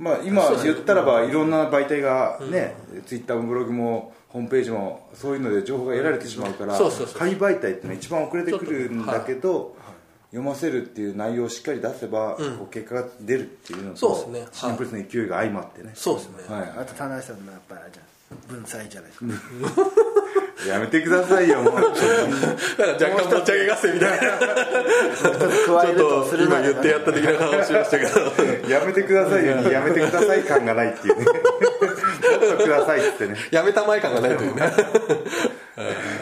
A: まあ今言ったらばいろんな媒体がね、ツイッターもブログもホームページもそういうので情報が得られてしまうから
B: そうそうそう
A: 紙媒体ってのは一番遅れてくるんだけど、読ませるっていう内容をしっかり出せば、こう結果が出るっていうのと
B: そうですね
A: シンプルの勢いが相まってね
B: そうですね、
A: はい
C: あと田中さんのやっぱりあれじゃん文才じゃないですか、
A: やめてくださいよもう
B: だから若干持ち上げ合戦みたいな
C: 加えるとするな
B: 今
C: ら
B: 言ってやった的な話しましたけど
A: やめてくださいよにやめてください感がないっていうねもっとくださいってね
B: やめた前感がないというね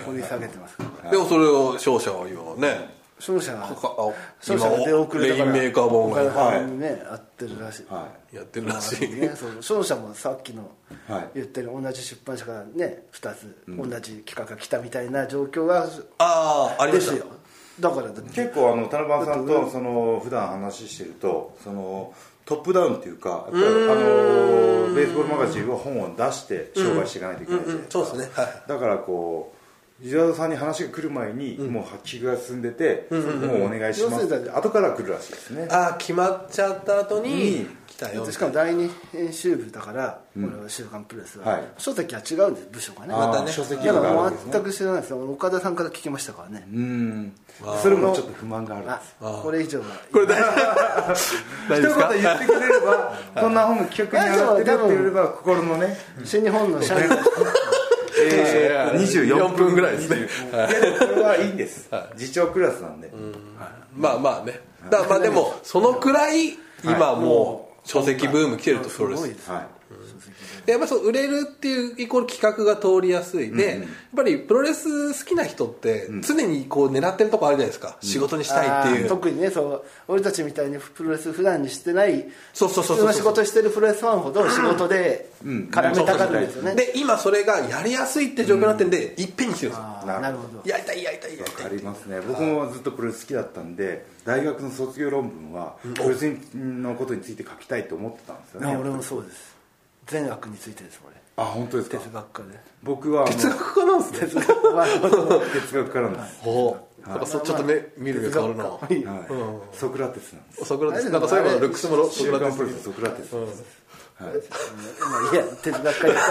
C: 掘り下げてますか ら
B: でもそれを勝者は今ね
C: 勝者が
B: かかあ
C: 勝者が出遅れ
B: レインメーカー本
C: が
B: が
C: ね、合ってるらしい、
A: は
B: やってるらしい、
C: ね、そう勝者もさっきの
A: はい
C: 言ってる同じ出版社からね2つ同じ企画が来たみたいな状況が
B: あああり
C: で
B: まし
C: す
B: た
C: よだからだって
A: 結構あの田中さんとその普段話してるとそのトップダウンっていうかやっぱりあのベースボールマガジンは本を出して商売していかないといけないじゃないですか
B: そうですねはい
A: だからこう伊沢さんに話が来る前にもう発揮が進んでてもうお願いしま
C: 要
A: す
C: するに
A: 後から来るらしいですね
B: ああ決まっちゃった後に来たよ
C: しかも第二編集部だから、これは「週刊プレスは」
A: はい
C: 書籍は違うんです部署がね
A: あー
B: またね
A: 書籍
C: だか
A: が
C: らも
A: あ
C: う
A: るんですね
C: 全く知らないですよ岡田さんから聞きましたからね、
A: うんそれもちょっと不満があるんで
C: あ
A: す
C: これ以上は
B: これ大丈
A: 一言言ってくれれ ばこんな本が企画に上がってるって言えれば心のね
C: 新日本の社員
A: えー24
B: 4分ぐらいですね
A: いやでもこれはいいんです次長クラスなんで
B: まあまあね だからまあでもそのくらい今もう書籍ブーム来てるとそれ
C: す
B: です
C: ごいです
A: は
B: でやっぱそう売れるっていうイコール企画が通りやすいで、やっぱりプロレス好きな人って常にこう狙ってるとこあるじゃないですか、仕事にしたいっていう
C: あー特にねそう俺たちみたいにプロレス普段にしてない
B: そうそうそう
C: 普
B: そう
C: 通の仕事してるプロレスファンほど仕事で
A: ん
C: 絡めたがるんですよね、
B: で今それがやりやすいって状況になってんで、いっぺんに来てるんですよ
C: あ
A: な
C: ー
A: る
C: なるほど
B: やりたいやりたいやりた
A: あ
B: い
A: りますね僕もずっとプロレス好きだったんで大学の卒業論文はプロレスのことについて書きたいと思ってたんですよ
C: いや俺
A: ね
C: もそうです全学についてです俺
A: あ本当ですか
C: 哲学科で
A: 僕はあの
B: 哲学家なんです ね
A: 哲学からなんです
B: おおなんかそうちょっと目見る目変わるな
C: 哲学科
A: はいソクラテスなんです
B: ソクラテスなんかそういえばルックスもロソ
A: 週
B: クラテ
A: 刊
B: ス
A: プロレスソクラテスなんです
C: いや哲学科に二人が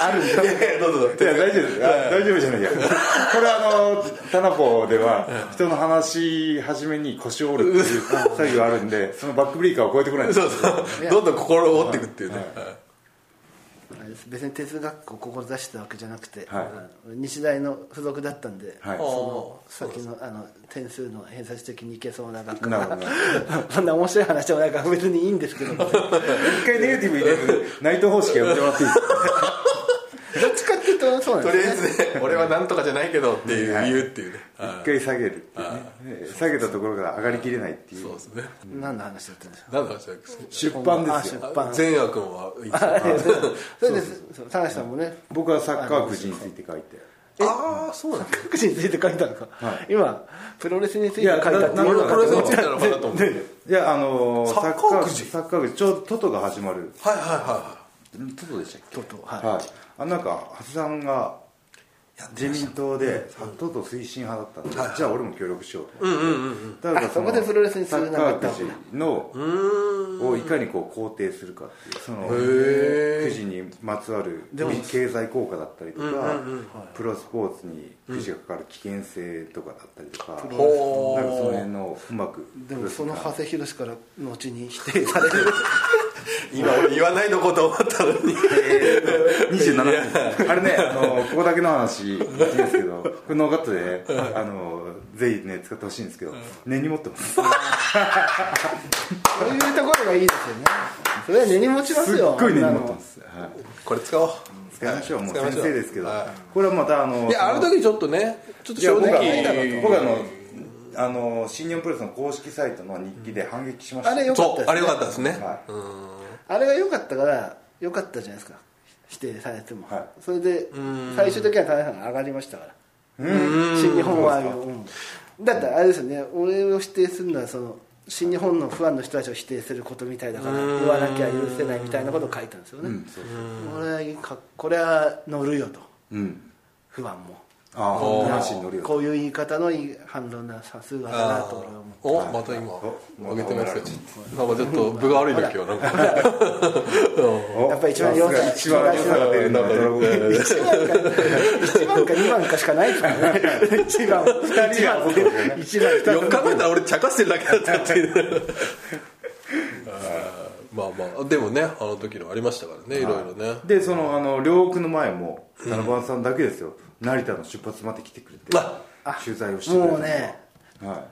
C: あるん だ
B: どうぞ
A: いや大丈夫ですあ大丈夫じゃないやこれあのタナポでは人の話し始めに腰を折るっていう作業があるん でそのバックブリーカーを超えてこないんです
B: そうそうどんどん心を折っていくっていうね、
C: あれです別に哲学校を志してたわけじゃなくて、
A: はい
C: あの日大の付属だったんで、
A: はい
C: その先のあの点数の偏差値的にいけそうな学科
A: なるほど
C: そんな面白い話でもないから別にいいんですけど どっ
A: 一回ネガティブ入れる内藤方式やめてもらっていいですか
C: ちかっていうとそうなん
B: と
C: です
B: りあえずね俺はなんとかじゃないけどっていう、
A: はい
B: 言うっていうね
A: 一回下げるっていうね下げたところから上がりきれないっていう
B: そうですね
C: 何の話だったんでし ょ
B: 何の話だっけ
A: 出版です
C: あ
A: よ
C: 出版
B: 善悪もはいいです
C: うそれでそう田無さんもね
A: 僕はサッカーくじについて書いて
B: ああそうなんだ
C: 各自について書いたのか、
A: は
C: 今プロレスについて
A: い
C: 書
A: や
C: いたっていう
A: な
B: 俺
A: な
B: はプロレスについてたらまだと思ってはい
A: いやあの
B: サッカーくじ
A: サッカーくじちょうどトトが始まる
B: はいは
A: トトでしたっけ
C: とうとうはい
A: はい、あなんか橋さんが自民党でトト推進派だったんで、じゃあ俺も協力しようと思って、だから
C: あそこでプロレスに
A: サ
C: 通じ
A: ッ
C: な
A: カ
C: かっ
A: ー
C: た
A: くじのをいかにこう肯定するかっていうその
B: へー
A: くじにまつわる経済効果だったりとか、プロスポーツにくじがかかる危険性とかだったりとか、なんかそ
B: ほー
A: の辺のうまく
C: でもその長谷博から後に否定される
B: い今俺言わないのかと思ったのに
A: 27分あれねあのここだけの話いいですけどこれノーカットであのぜひね使ってほしいんですけど根に持ってます
C: そういうところがいいですよねそれは根に持ちます
A: すっ
C: よ
A: ごい根に
C: あん
A: 持っ
C: な
A: て
C: の
A: ます、はい、
B: これ使おう
A: 使いましょうもう
B: 使いま
A: 先
B: しょう
A: 生ですけど
B: は
A: これはまたあの
B: いやあれだけちょっとねちょっと
A: いや
B: 正
A: 僕は
B: 直
A: 僕はあのあの新日本プロレスの公式サイトの日記で反撃しました
C: あれよかっ
B: そ
C: たで
B: う
C: す
B: あれよかったですね、
A: はい
C: あれが良かったから良かったじゃないですか否定されても、
A: はい
C: それで最終的には田中さんが上がりましたから新日本はうんだってあれですよね俺を否定するのはその新日本のファンの人たちを否定することみたいだから言わなきゃ許せないみたいなことを書いたんですよね、俺はかこれは乗るよと
A: うん
C: 不安も
A: ああこの話に乗るよ
C: こういう言い方のいい反論なさすがだなと俺は思う
B: おまた今
A: お
B: 上げてますけどなんかちょっと分が悪いな今日なんか
A: お
C: やっぱ一番良さ
A: さすが一番良さが出るのはドラゴンボール
C: 1番か1番か2番かしかないですからね1 番
A: 二人がそうですよね
C: 一番二つ
B: よく考えたら俺茶化してるだけだったっていうあーまあまあでもねあの時のありましたからねいろいろね
A: でそのあの両国の前も七番さんだけですよ、成田の出発まで来てくれて
B: あ
A: 取材をしてくれた
C: もうね
A: は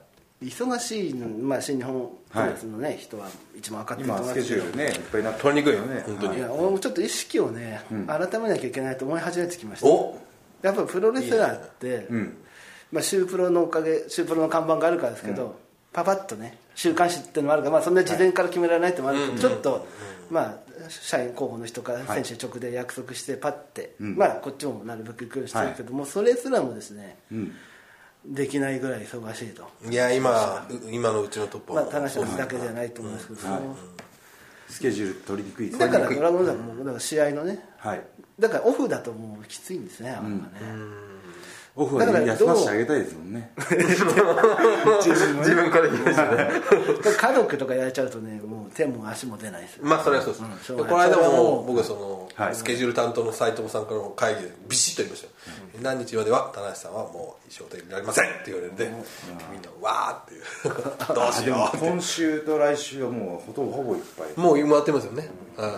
C: 忙しいの、まあ、新日本プロレスのね、人は一番分かっ
A: い、
C: てる
A: 今
C: と思い
A: ス
C: ま
A: ケ
C: す
A: ジ
C: け
A: ュ
C: ど
A: ールねいっぱいになって
B: 取りにくいよ
A: ます
B: ね本当
A: はい
B: に
C: いや俺もちょっと意識をね、改めなきゃいけないと思い始めてきました
B: お
C: やっぱプロレスラーってまあ、シュープロのおかげシュープロの看板があるからですけど、パパッとね週刊誌ってのもあるから、まあ、そんな事前から決められないってのもあるけど、ちょっと、まあ、社員候補の人から選手直で約束してパッて、まあ、こっちもなるべく行くようにしてるけど、もうそれすらもですね、できないぐらい忙しいと。
B: いや今う今のうちのトップ
C: まあ、
B: は
C: 田中さんだけじゃないと思いますけど、その
A: スケジュール取りにくいです
C: だからドラゴンズはもうだから試合のね
A: はい
C: だからオフだともうきついんですね、あんまね
A: オフ
C: だか
A: は
C: ら
A: 休ませてあげたいですもんね
B: 自分から言いましたね
C: だから家族とかやれちゃうとねもう手も足も出ないですよ
B: まあそれはそうです、
C: んしょう
B: で
C: が
B: こ
C: ない
B: の間
C: それは
B: も
C: もう
B: 僕その、
A: はい
B: スケジュール担当の斎藤さんからの会議でビシッと言いましたよ、何日までは田中さんはもう仕事になりませんって言われて、みんなわーってい うどうしようって
A: 今週と来週はもうほとんどほぼいっぱい
B: もう今やってますよね、うん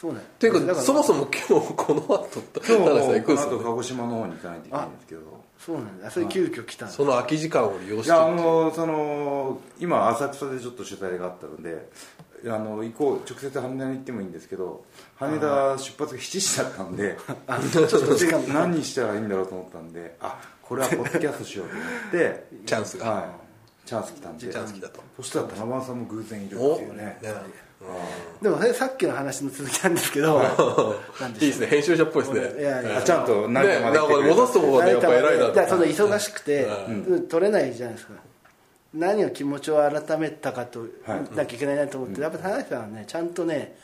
C: そうね
B: という
C: だ
B: か
C: から
B: そもそも今日この後
A: 今日
B: 田中さん行
A: も
B: く
A: こ
B: んで
A: の
B: すよ
A: 後
B: ね
A: 鹿児島の方に行かないといけないんですけど
C: そうなんだそれ急遽来たんだ
B: その空き時間を利用
A: い
B: して
A: やあのその今浅草でちょっと取材があったのであの行こう直接羽田に行ってもいいんですけど羽田出発が7時だったんでちょっと時間何したらいいんだろうと思ったんであこれはポッドキャストしようと思って
B: チャンスが
A: はい、チャンス来たんで
B: チャンス来たと
A: そしたら田中さんも偶然いるって
B: お
A: いうね
B: ね
C: でもそれさっきの話の続きなんですけどなん
B: いい
C: でしょう
B: ですね編集者っぽいですね
C: いやいや
A: あちゃんと
B: ね
A: 成田まで来てくれ
B: なんか戻
A: た
B: す方がねやっぱ偉いな
C: だ
B: と
C: からその忙しくて、
B: う
C: 取れないじゃないですか何を気持ちを改めたかと、
A: はい
C: なきゃいけないなと思って、やっぱ田中さんはねちゃんとね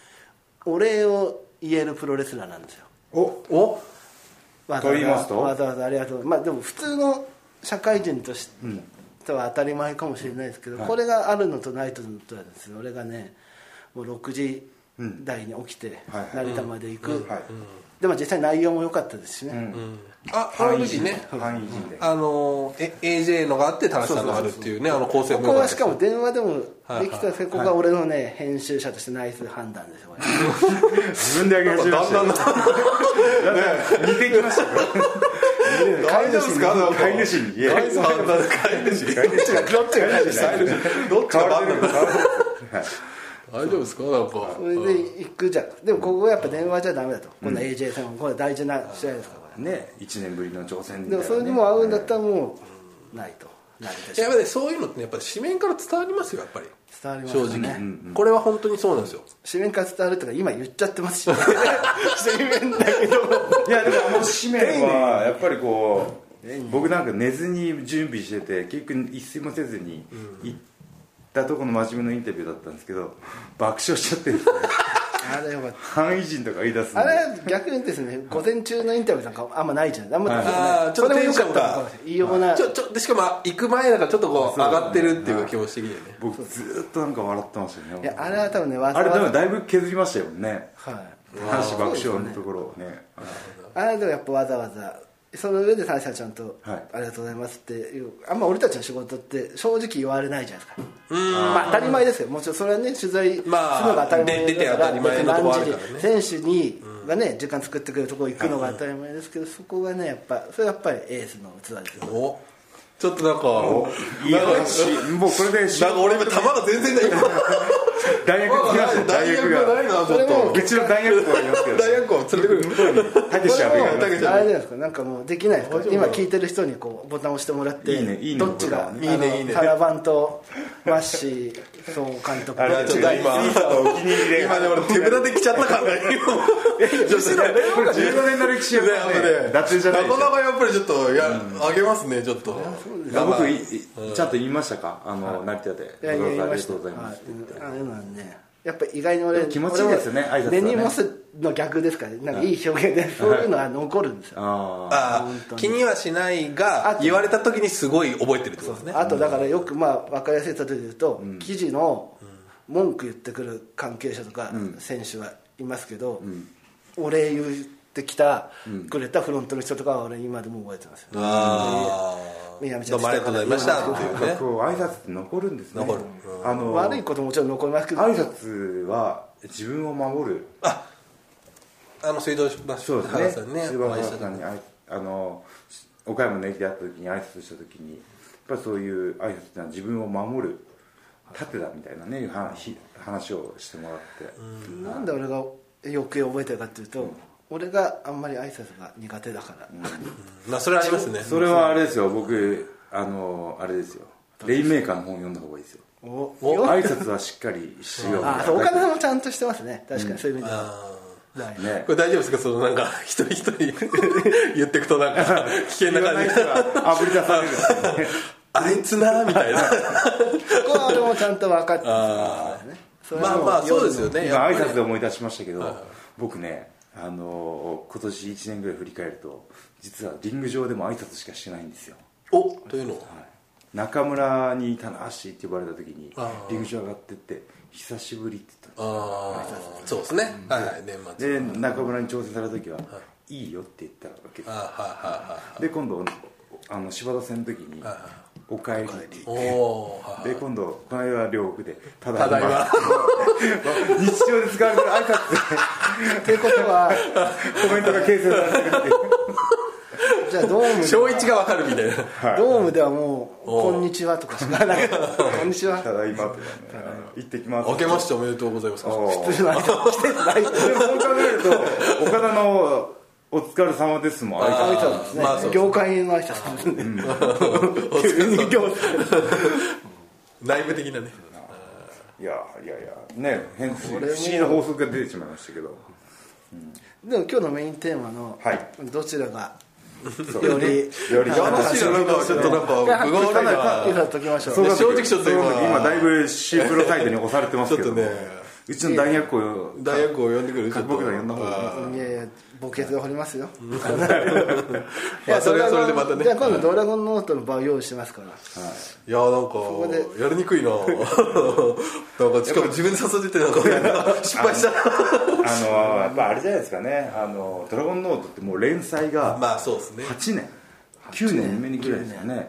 C: お礼を言えるプロレスラーなんですよ
A: お
B: お
C: わ
A: と言いますと
C: わざわざありがとうまあでも普通の社会人として、は当たり前かもしれないですけど、
A: はい
C: これがあるのとないとのとはですね俺がねもう6時台に起きて
A: はい
C: 成田まで行く、
A: はい
C: でも実際内容も良かったですしね、
B: ああの時ね
A: 範囲人で
B: あのえ AJ のがあって田中さんがあるっていうねあの構成
C: こ
B: も
C: こ
B: 良
C: は
B: った
C: し
B: です
C: かも電話でもでき
B: はいはい
C: たそこが俺のね編集者としてナイス判断ですよこれ
A: 自分で上げ始めましたよなんか似てきました よ
B: 大丈夫 ですか
A: 飼い主に
B: 飼い主さんだ飼い主
A: 飼い主がどっちが飼い主じゃない
B: どっちが
A: 飼わ
B: バ
A: れ
B: ン
A: て
B: な
A: るか
B: んだ
A: 飼われてるはい
B: 大丈夫ですかなんか
C: それで行くじゃんでもここはやっぱ電話じゃダメだとこんな AJ さんもこれ大事な試合ですからこ
A: ね1年ぶりの挑戦み
C: れ
A: たいな
C: でも
A: ね
C: それにも合うんだったらもうないとなりたし
B: やっぱりそういうのってねやっぱり紙面から伝わりますよやっぱり
C: 伝わります
B: 正
C: よ
B: 直
C: ね
B: これは本当にそうなんですよ
C: 紙面から伝わるとか今言っちゃってます しね紙面だけど
A: いやでもあの紙面はやっぱりこう僕なんか寝ずに準備してて結局一睡もせずに行ったとこの真面目のインタビューだったんですけど爆笑しちゃってるん ですね
C: あれよかっ
A: 範囲人とか言い出すん
C: たあ
A: で
C: れ逆にですね午前中のインタビューなんかあんまないじゃんあんまな
B: は
C: い
B: いあーちょっとテンションが
C: それも良かったのかもしれない言いようもない
B: ちょちょでしかも行く前だからちょっとこう上がってるっていう気持ち的にはね
A: 僕ずーっとなんか笑ってましたよね
C: いやあれは多分ねわざ
A: あ
C: わ
A: れ
C: ざ
A: でもだいぶ削りましたよね
C: はい
A: 話爆笑のところをね
C: あれでもやっぱわざわざその上で大社ちゃんと、
A: はい
C: ありがとうございます」っていうあんま俺たちの仕事って正直言われないじゃないですかまあ、当たり前ですよもちろんそれはね取材するの
B: まあ
C: が当たり前
B: で出て当たり前のとこあるからね
C: 何時に選手にがね時間作ってくれるとこ行くのが当たり前ですけど、そこがねやっぱそれはやっぱりエースの器ですよ
B: おちょっとなんか
A: いい話もうこれで
B: なんか俺今球が全然ない
A: 大学来ました
B: 大
A: 大
B: 学
A: 学
B: がな
A: が
B: いなちょっと
A: うちの大学校がいますけど
B: 大学校連れてくる
A: たけし阿部がいますけど
C: あれじゃないですかなんかもうできないですか今聞いてる人にこうボタンを押してもらって
A: いいねいいね
C: どっちが
A: ボタン
B: ねいいね
C: あの
B: いいね
C: サラバンとマッシー総監督
A: あれ
B: ちょっと今
A: いい人お気に入りで
B: 今ね俺手ぶらで来ちゃったからね女子のね
A: これ15年の歴史はね脱税じゃないで
B: な
A: しょ
B: かなかやっぱりちょっといやあげますねちょっと
A: あ僕いいちゃんと言いましたかあの成田で
C: いやい
A: ど
C: や
A: うぞあ
C: 言いま
A: りが
C: した
A: とうございます
C: ああいうのはねやっぱ意外に俺
A: でも気持ちいいですよね挨
C: 俺も
A: 拶はね
C: デニモスの逆ですからねなんかいい表現でそういうのは残るんですよ
A: ああ
B: あー気にはしないが言われた時にすごい覚えてるってことですね
C: あとだからよくまあ分かりやすい例えで言うと、記事の文句言ってくる関係者とか選手はいますけど、お礼言ってきた、くれたフロントの人とかは俺今でも覚えてますよ
B: あ
C: みなみ
B: ー
C: ち
B: ど
C: ゃん
B: うもありがとうございましたっていうね
A: こう挨拶って残るんですね
B: 残る
A: あの
C: 悪いことももちろん残りますけど
A: 挨拶は自分を守る
B: あの水道橋
A: そうですね
B: さんね
A: 中
B: お
A: 盤
B: 会いし
A: 原
B: た
A: さ
B: 時
A: んにあいあの岡山の駅で会った時に挨拶した時にやっぱりそういう挨拶ってのは自分を守る盾だみたいなねいう話話をしてもらって、
C: なんで俺がよく覚えてるかっていうと、俺があんまり挨拶が苦手だから、
B: まあそれはありますね
A: それはあれですよ僕あのあれですよレインメーカーの本読んだ方がいいですよ
C: およ
A: 挨拶はしっかりしようみたい
C: あ
A: な
C: そう岡田さんもちゃんとしてますね確かにそういう意味では、
B: あ
C: はい
A: ね
B: ーこれ大丈夫ですかそのなんか一人一 人言ってくとなん か危険な
A: 言わない
B: 感じ
A: 人があぶり出されるっていうね
B: あいつなみた いな
C: そこは俺もちゃんと分かって
B: あ
C: ますねそれ
B: ー
C: は
B: まあ
C: も
B: まあそうですよね
A: 今
B: や
A: 挨
B: っぱり
A: 拶で思い出しましたけど僕ねあの今年1年ぐらい振り返ると実はリング上でも挨拶しかしてないんですよ
B: おというのは
A: 中村に「棚橋」って呼ばれた時に
B: あー
A: リング上上がってって「久しぶり」って言った
B: ああそうですねはいはい年末
A: ので中村に挑戦された時は「いいよ」って言ったわけです
B: あーはいはいはい
A: で今度あの柴田戦の時に
B: は
A: 「おかえり」
B: おおーは
A: で
B: い
A: 今度この間は両国で「ただ
B: た
A: い
B: だい
A: ま」
B: ま
A: 日常で使われてる挨拶
C: ということは
A: でコメントが形成されてるっていう
C: じゃあドームで
B: 小一がわかるみたいな
C: ドームではもう「こんにちは」とかしかな くて「こんにちは
A: 「ただいま」とかね「行ってきます」
B: 明けましておめでとうございます」
A: おー
C: 普通の挨拶してない
A: でもそう考えると岡田の「お疲れ様です」もあれ
C: 挨
A: か
C: 拶ですね、
B: まあそう
C: 業界の挨拶ですね、
B: 内部的なね
A: いやいやいやね変不思議な法則が出てしまいましたけど
C: でも今日のメインテーマの、
A: はい
C: どちらが
A: そう
C: より
A: より
B: 話がなんかちょっとなんか
C: 発
B: 具合
C: 表
B: 悪い
C: ないか
B: な
C: ときましょう
B: そうだ正直ちょっと今
A: 今だいぶ C プロサイトに押されてますけど
B: ちょっとね
A: うちの大学校
B: 大学を呼んでくるちょっと
A: 僕ら呼んだ方がいい
B: あ
C: いやいや墓穴が掘りますよ
B: ーまあそれはそれでまたね
C: じゃあ今度ドラゴンノートの場を用意してますから、
B: いやーなん
C: こ
B: かやりにくいななんかしかも自分で誘っててなんか失敗した な
A: あのやっぱあれじゃないですかね「あのドラゴンノート」ってもう連載が
B: まあそうですね
A: 8年9年目にぐらいですよね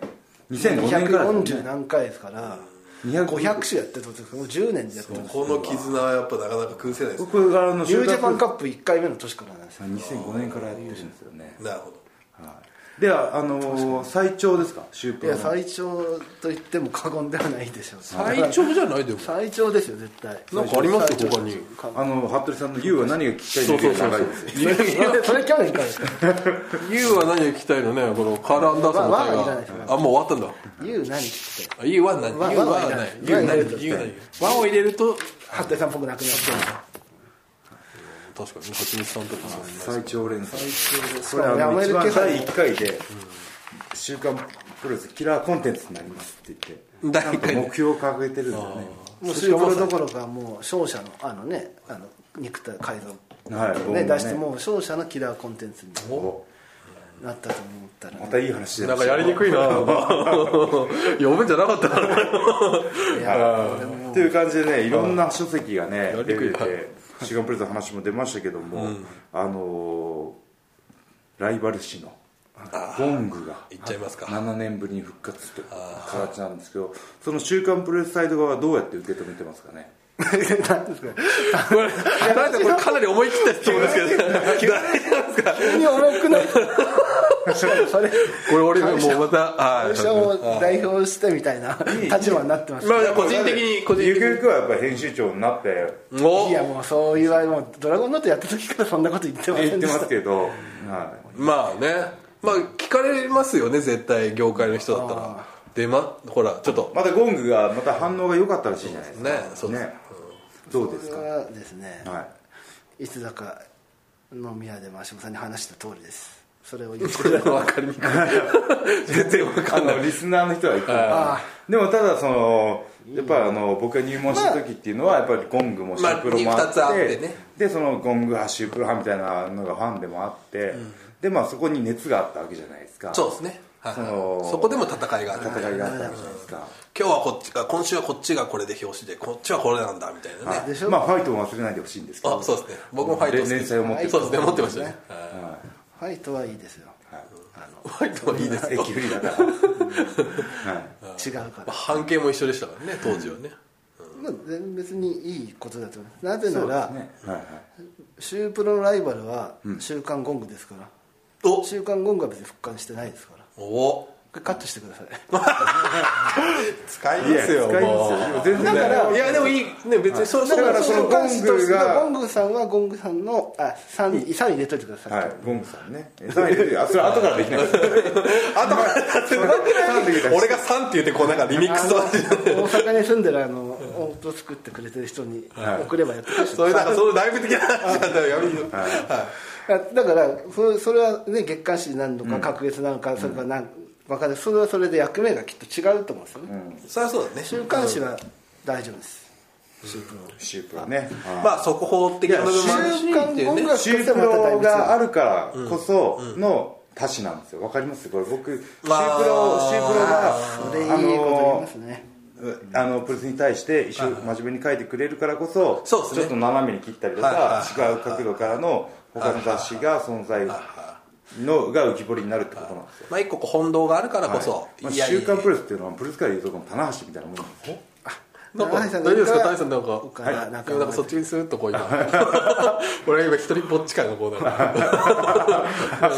A: 2005年からですよ
C: 240
A: ね
C: 何回ですから
A: 200
C: 500種やってるってことですもう10年でやってます
B: この絆はやっぱなかなか崩せないですね
A: これからの
C: ニュージャパン
A: か
C: カップ1回目の年からなんですよ
A: 2005年からやってるんですよね
B: なるほど
A: はいではあの最長ですかシュー
C: い
A: プロ
C: や
A: の
C: 最長と言っても過言ではないでしょう
B: 最長じゃないでも
C: 最長ですよ絶対
B: なんかあります
C: 最長
B: 他に
A: あの服部さんの「YOU」は何が聞きたいのか長いですよ
B: ユ
C: それそれ去年からですから
B: ウは何を聞きたいのねこのカール・アンダーソンの
C: まあまあいらない
B: 会
C: です
B: があもう終わったんだ
C: YOU 何聞きたい
B: あ U は何
C: わ
B: U
C: わ
B: は
C: は
B: ない
C: いら
B: U
C: ない
B: ない
C: わ
B: U ない和を入れると
C: 服部さんっぽくなくなっちゃ
B: 確かに蜂蜜さんとかそうですね
A: 最長連載
C: う
A: これあ
C: や
A: の
C: め
A: 一
C: る気
A: 番
C: 配
A: 第1回で「週刊プロレスキラーコンテンツになります」って言って
B: 第
A: ちゃん
B: 一
A: と
B: 回
A: 目標を掲げてるんですよね
C: もうシープロどころかもう勝者のあのねあの肉体改造
A: はい僕も
C: ね
A: ね
C: 出してもう勝者のキラーコンテンツに
A: お
C: なったと思ったら
A: またいい話で
B: なんかやりにくいな 呼ぶんじゃなかった
C: いや
A: っていう感じでねいろんな書籍がね
B: やり
A: 出
B: にくい
A: てて「週刊プロレス」の話も出ましたけどもあのーライバル誌のゴングが
B: 言っちゃいますか
A: 7年ぶりに復活という形なんですけどその「週刊プロレス」サイド側はどうやって受け止めてますかね
B: これなんかこれかなり思い切った質問ですけど大丈夫ですか
C: 急に重くないしかもそれ
B: これ俺もうまたはい
C: 会社を代表してみたいな立場になってます
B: まあ個人的に個人
A: ゆ
B: 的
A: く
B: に
A: ゆくはやっぱり編集長になって
B: お
C: いやもうそういう場合もうドラゴンノートやった時からそんなこと言ってませ
A: 言っ
C: ん
A: て
C: で
A: ま
C: した
A: すけど、はい、
B: まあねまあ聞かれますよね絶対業界の人だったらでまほらちょっ と
A: またゴングがまた反応が良かったらしいじゃないですか
B: ねそうです
A: ねどうです
C: そ
A: か
C: れはですね、、
A: はい
C: つだか飲み屋で真島さんに話した通りですそれを言って
B: これは分かりにくい全然分か
A: あ
B: んない
A: のリスナーの人は言ってる
C: あ
A: でもただそのやっぱあの僕が入門した時っていうのはやっぱりゴングもシュープロも
B: まあ
A: あ
B: 二
A: っ
B: つ
A: て,、
B: あってね
A: でそのゴング派シュープロ派みたいなのがファンでもあって、でまあそこに熱があったわけじゃないですか
B: そうですねはい
A: その
B: そこでも戦いがある
A: 戦いがあったわけじゃないですか、
B: 今日はこっちが今週はこっちがこれで表紙でこっちはこれなんだみたいなね
C: でしょ
A: まあファイトも忘れないでほしいんですけど
B: あそうですね僕もファイト好き
A: 連連載を持ってる
B: そうですね持ってましたねはい
C: ファイトはいいですよ
B: ファイトはいいです
A: エ
B: よ
A: キフリだ からはい
C: 違うから、
B: 半径も一緒でしたからね当時はね
C: まあ、全別にいいことだと思いますなぜなら、
A: ねはいはい
C: シュープロのライバルは「週刊ゴング」ですから「
B: お
C: 週刊ゴング」は別に復刊してないですからこ
B: お
C: れカットしてください
B: 使い
A: いや使いますよ全然
C: だから
B: いやでもいいね別にそ
A: だから
C: そ
A: そ
C: の
A: の
C: ゴング
A: ゴ
C: ゴングさんはゴングさんのあ3位3位入れといてください、
A: はい、ゴングさんね。え三位出てるあ、それは後からでき ない。後から。それはできない。
B: 俺が3って言ってこうなんかリミック
C: あ
B: スと
C: の
B: か
C: 大阪に住んでるあの音符作ってくれてる人に
A: はい
C: 送ればやってくれる
B: それなんかその内部的な話だったらやめるよ
C: あだからそそれはね月刊誌なのか隔月なのか、それかなんわかるそれはそれで役目がきっと違うと思うんですよね、
B: そりゃそうだね
C: 週刊誌は大丈夫です、
A: シュープロね。
B: まあ速報的な部分もあるし
C: 週刊
B: っていう
C: 音
B: ね
C: 楽
A: シュープロがあるからこその他誌なんですよ。わかりますこれ僕、シュープロ、シュ
B: あー
A: ープロ
C: それいい
A: が、
C: こと言います
A: の、
C: ね
A: あのプレスに対して一生真面目に書いてくれるからこそ
B: そうですね
A: ちょっと斜めに切ったりと
B: はいは
A: か違う角度からの他の雑誌が存在のが浮き彫りになるってことなんですよ、
B: まあ一個こう本堂があるからこそ、
A: まあ、
B: いやいや
A: 週刊プロレスっていうのはプロレス界でいうとこの棚橋みたいなもんなんですね
B: なんか
C: 棚橋さ
B: 大
C: ん
B: 丈夫ですか
C: が
B: 谷さんなんか
C: はい
B: なんかなんかそっちにスーッとこう今 俺は今一人ぼっち感がこうなんか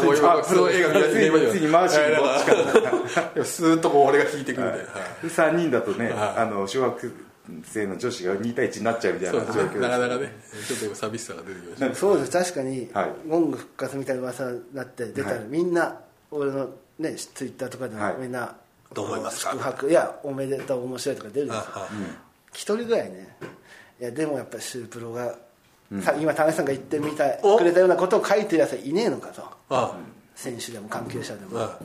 B: もう今その映画見始め今
A: ついに回しにぼっち感
B: 感スーッとこう俺が引いてくるみたいな
A: で3人だとねあの小学生の女子が2対1になっちゃうみたい
B: そう
A: な
B: で
A: 状
B: すね
A: 況
B: なか
A: で
B: なかねちょっと今寂しさが出てきました
C: そうです確かに、
A: はい
C: ゴング復活みたいな噂だって出たら、
A: はい
C: みんな俺のねツイッターとかでも、
A: はい
C: みんな
B: どう思いますか
C: 宿泊いやおめでとう面白いとか出るんですよ
B: あ
C: 一人ぐらいねいやでもやっぱりシュープロが、さ今田中さんが言ってみた
B: お
C: くれたようなことを書いてるやつはいねえのかと
B: あ
C: 選手でも関係者でも
B: あ、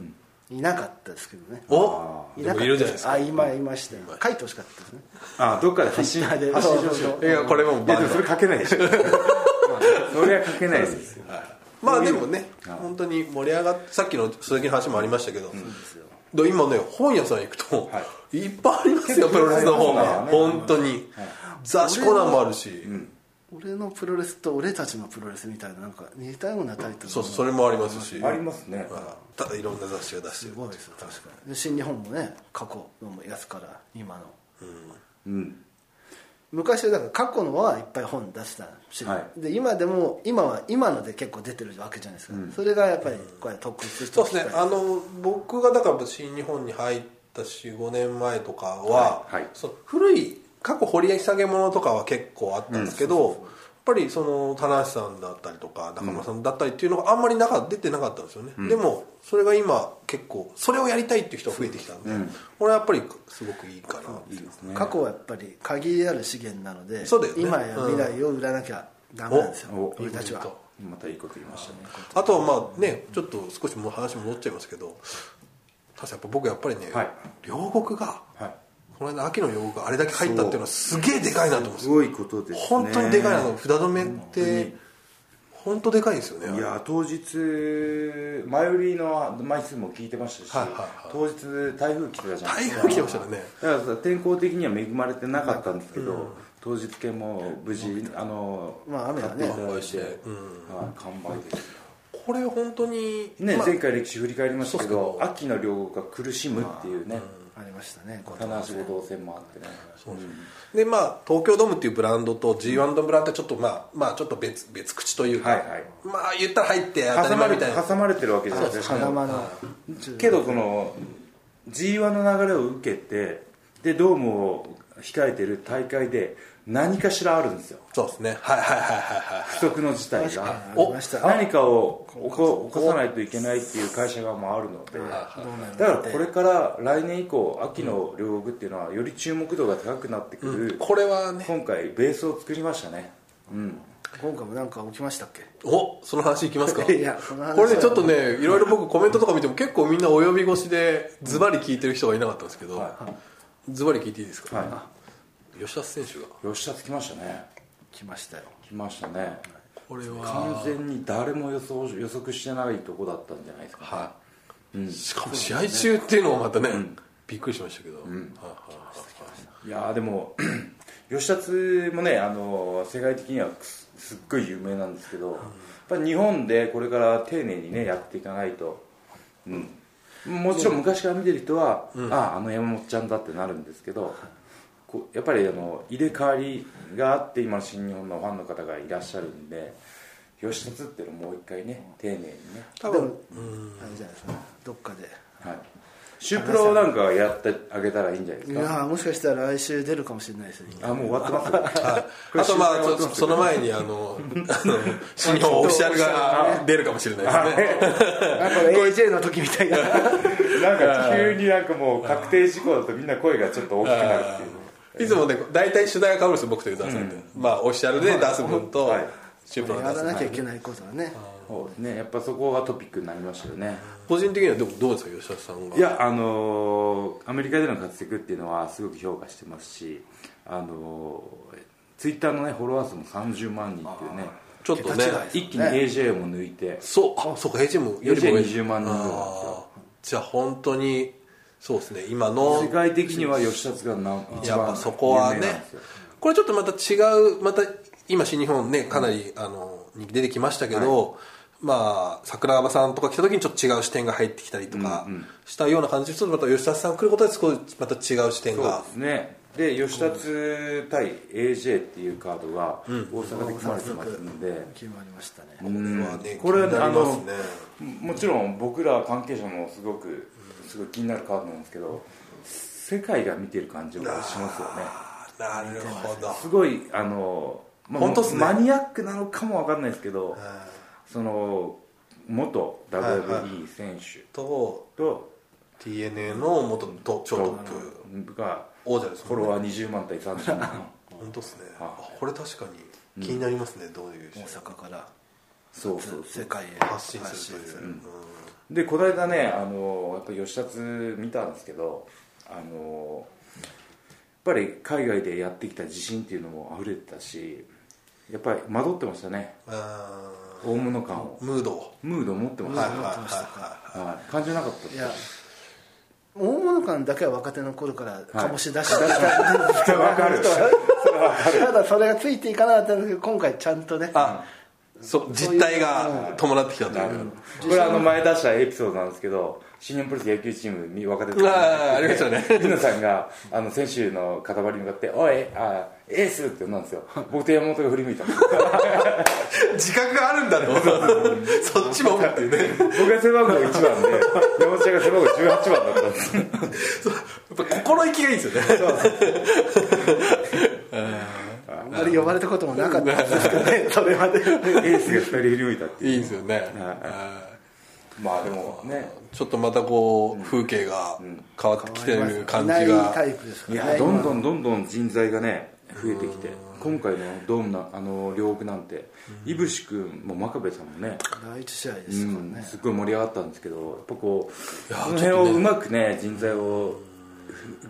C: いなかったですけどね
B: おで
C: なかった
B: もいるじゃないですか
C: あ今いましたよ書いてほしかったですね
A: あどっかで発信
C: あ
A: 発
C: で
A: 信しましょう
B: いやこれもう
A: いやでもそれ書けない でしょそれは書けないですよ
B: まあでもね本当に盛り上がってさっきの鈴木の話もありましたけど、で今ね本屋さん行くと、い、っぱいありますよプロレスの本
A: いっぱいあ
B: が
A: りますね
B: 本当に、雑誌コーナーもあるし、
C: 俺のプロレスと俺たちのプロレスみたいななんか似たようなタイトル
B: そうそうそれもありますし
A: ありますね
B: ただいろんな雑誌が出して
C: す
B: る
C: ごいですよ確かにで新日本もね過去のもやつから今の
A: うん
C: 昔はだから過去のはいっぱい本出してたし、
A: は
C: で今でも今は今ので結構出てるわけじゃないですか、それがやっぱりこうやって特筆
B: そうですねあの僕がだから新日本に入った45年前とかは、
A: はいはい
B: その古い過去掘り下げ物とかは結構あったんですけど、やっぱりその棚橋さんだったりとか中村さんだったりっていうのがあんまりなか出てなかったんですよね、でもそれが今結構それをやりたいっていう人が増えてきたんで、これはやっぱりすごくいいかなっていう
C: 過去はやっぱり限りある資源なので
B: そうだよね
C: 今や未来を売らなきゃダメなんですよ、
A: おお
C: 俺たちは
A: またいいこと言いましたね
B: あとはまあねちょっと少しもう話戻っちゃいますけど確かやっぱ僕やっぱりね、
A: はい
B: 両国が、
A: はい
B: この間秋の洋服があれだけ入ったっていうのはすげえでかいなと思うんです
A: す
B: よ
A: ごいことですね
B: 本当にでかいなと思う札止めって本当でかいですよね
A: いや当日前売りの枚数も聞いてましたし、
B: はいはいはい
A: 当日台風来てたじゃない
B: 台
A: ですか
B: 風来てましたからね
A: だからさ天候的には恵まれてなかったんですけど、当日券も無事、あの、
C: まあ雨が
A: 買
C: ね
A: っていただいて、
B: う
A: はい、完売です
B: これ本当に
A: ね、
B: まあ
A: 前回歴史振り返りましたけ
B: そう
A: ど
B: そう
A: 秋の両国が苦しむっていうね、
C: ありましたねこう
A: 棚橋五動戦もあってね
B: でまあ東京ドームっていうブランドと G1 のブランドはちょっとまあまあちょっと別別口というか、
A: はいはい
B: まあ言ったら入って当た
A: 挟
B: り
A: ま
B: 前
A: れ
B: み
A: て
B: たいな
A: 挟まれてるわけじゃないですか
C: 狭間の
A: けどこの G1 の流れを受けてでドームを控えてる大会で何かしらあるんですよ
B: そうですねはいはいはいはいはい
A: 不測の事態が
C: ありましたね
A: 何かを起こ起こさないといけないっていう会社側もあるのでだからこれから来年以降秋の両国っていうのはより注目度が高くなってくる、
B: これはね
A: 今回ベースを作りましたねうん
C: 今回もなんか起きましたっけ
B: おその話いきま すか
C: いやその話は
B: これねちょっとねいろいろ僕コメントとか見ても結構みんなお呼び越しでズバリ聞いてる人がいなかったんですけど、ズバリ聞いていいですか、
A: は
B: 吉田選手が
A: い吉田つきましたね
C: 来ましたよ
A: 来ましたね
B: これ
A: 完
B: は、
A: 全に誰も予想予測してないとこだったんじゃないですか、
B: はいしかも試合中っていうのもまたね、びっくりしましたけど、はいはい
A: いやーでも 吉田津もねあの世界的にはすすっごい有名なんですけど、やっぱ日本でこれから丁寧にねやっていかないと、うん、もちろん昔から見てる人は、あああの山本ちゃんだってなるんですけど、こうやっぱりあの入れ替わりがあって今の新日本のファンの方がいらっしゃるんで吉田津っていうのもう一回ね丁寧にね、
B: 多
C: で
B: 分
C: もあれじゃないですかどっかで
A: はい、シュープロなんかがやってあげたらいいんじゃないで
C: い
A: すか
C: やーもしかしたら来週出るかもしれないですよ
A: あもう終わってますよこれ
B: あとまあ
A: 終わ
B: ちょ
A: ってますよ
B: その前にあのあの新日本オフィシャルが出るかもしれないですね
C: なんか AJ の時みたいな
A: なんか急になんかもう確定事項だとみんな声がちょっと大きくなるっていう
B: いつもね大体主題が被るんですよ僕とユダさんって、まあオフィシャルで出す分と、
A: はい
B: シュープロの
C: や
B: 出
C: ら
B: す
C: な
B: 分
C: きゃいけないことはね
A: そうですねやっぱそこがトピックになりましたよね
B: 個人的にはでもどうですか吉田さんが
A: いやあのーアメリカでの活躍っていうのはすごく評価してますしあのーツイッターのねフォロワー数も30万人っていうね
B: ちょっとね
C: 桁違いです
A: 一気に AJ も抜いて
B: そうあそうか A チームよりも
A: AJ20 万人ぐらいなんですよ
B: あーじゃあ本当にそうですね今の
A: 世界的には吉田がな一
B: やっ
A: 番
B: ぱそこは
A: 有
B: ね
A: 名なんですよ
B: これちょっとまた違うまた今新日本ねかなり、あの人気出てきましたけど、まあ、桜庭さんとか来た時にちょっと違う視点が入ってきたりとかしたような感じでちょっとまた吉田さん来ることでそこでまた違う視点が
A: ですねで吉田津対 AJ っていうカードが大阪で組まれてますので、
C: 決まりましたね
B: はね
A: これ
B: 気にな
A: あ
B: りま
A: の
B: すね
A: もちろん僕ら関係者もすごくすごい気になるカードなんですけど世界が見てる感じがしますよね
B: あなるほど
A: すごいあの、まあ
B: 本当っすね
A: マニアックなのかもわかんないですけどその元
B: はい
A: WWE 選手
B: と
A: と
B: TNA の元と超トップ
A: が
B: 王者です
A: フォ
B: もんね
A: ロワー20万対30万
B: 本当ですねあ
A: は
B: これ確かに気になりますねどういう
C: 大阪から
A: そうそうそう
C: 世界へ
B: 発信するといううん
A: でこの間ねあのやっぱ吉田津見たんですけどあのやっぱり海外でやってきた自信っていうのも溢れてたしやっぱり惑ってましたね
B: あ
A: 大物感を
B: ームードを
A: ムードを持ってまし
B: はい
A: た
B: はい
A: ね、
B: はい
A: はい感じなかったです
C: いや大物感だけは若手の頃から醸し出してた、
A: わかる
C: ただそれがついていかなかったんですけど今回ちゃんとね
B: あそう実態が伴ってきたという
A: これあの前出したエピソードなんですけど新日本プロレス野球チームに若手
B: うわーありましたね
A: 皆さんがあの選手の塊に向かって「おいあエース!」って呼んだんですよ僕と山本が振り向いたんです
B: 自覚があるんだねそっちもっていうね
A: 僕が背番号1番で山本ちゃんが背番号18番だったんです
B: やっぱ心意気がいいですよね
C: あんまり呼ばれたこともなかったんですけどね それまで
A: エースが2人振り向いたって
B: い
A: いう
B: いですよね
A: まあでもね
B: ちょっとまたこう風景が変わってきてる感じが
C: いないタイプですか
A: い
C: ら
A: や
C: ね
A: どんどんどんどん人材がね増えてきて今回のドームなあの両国なんていぶし君も真壁さんもね
C: 第一試合ですから
A: うん
C: ね、
A: すっごい盛り上がったんですけどやっぱこう
B: や
A: その辺をうまくね人材を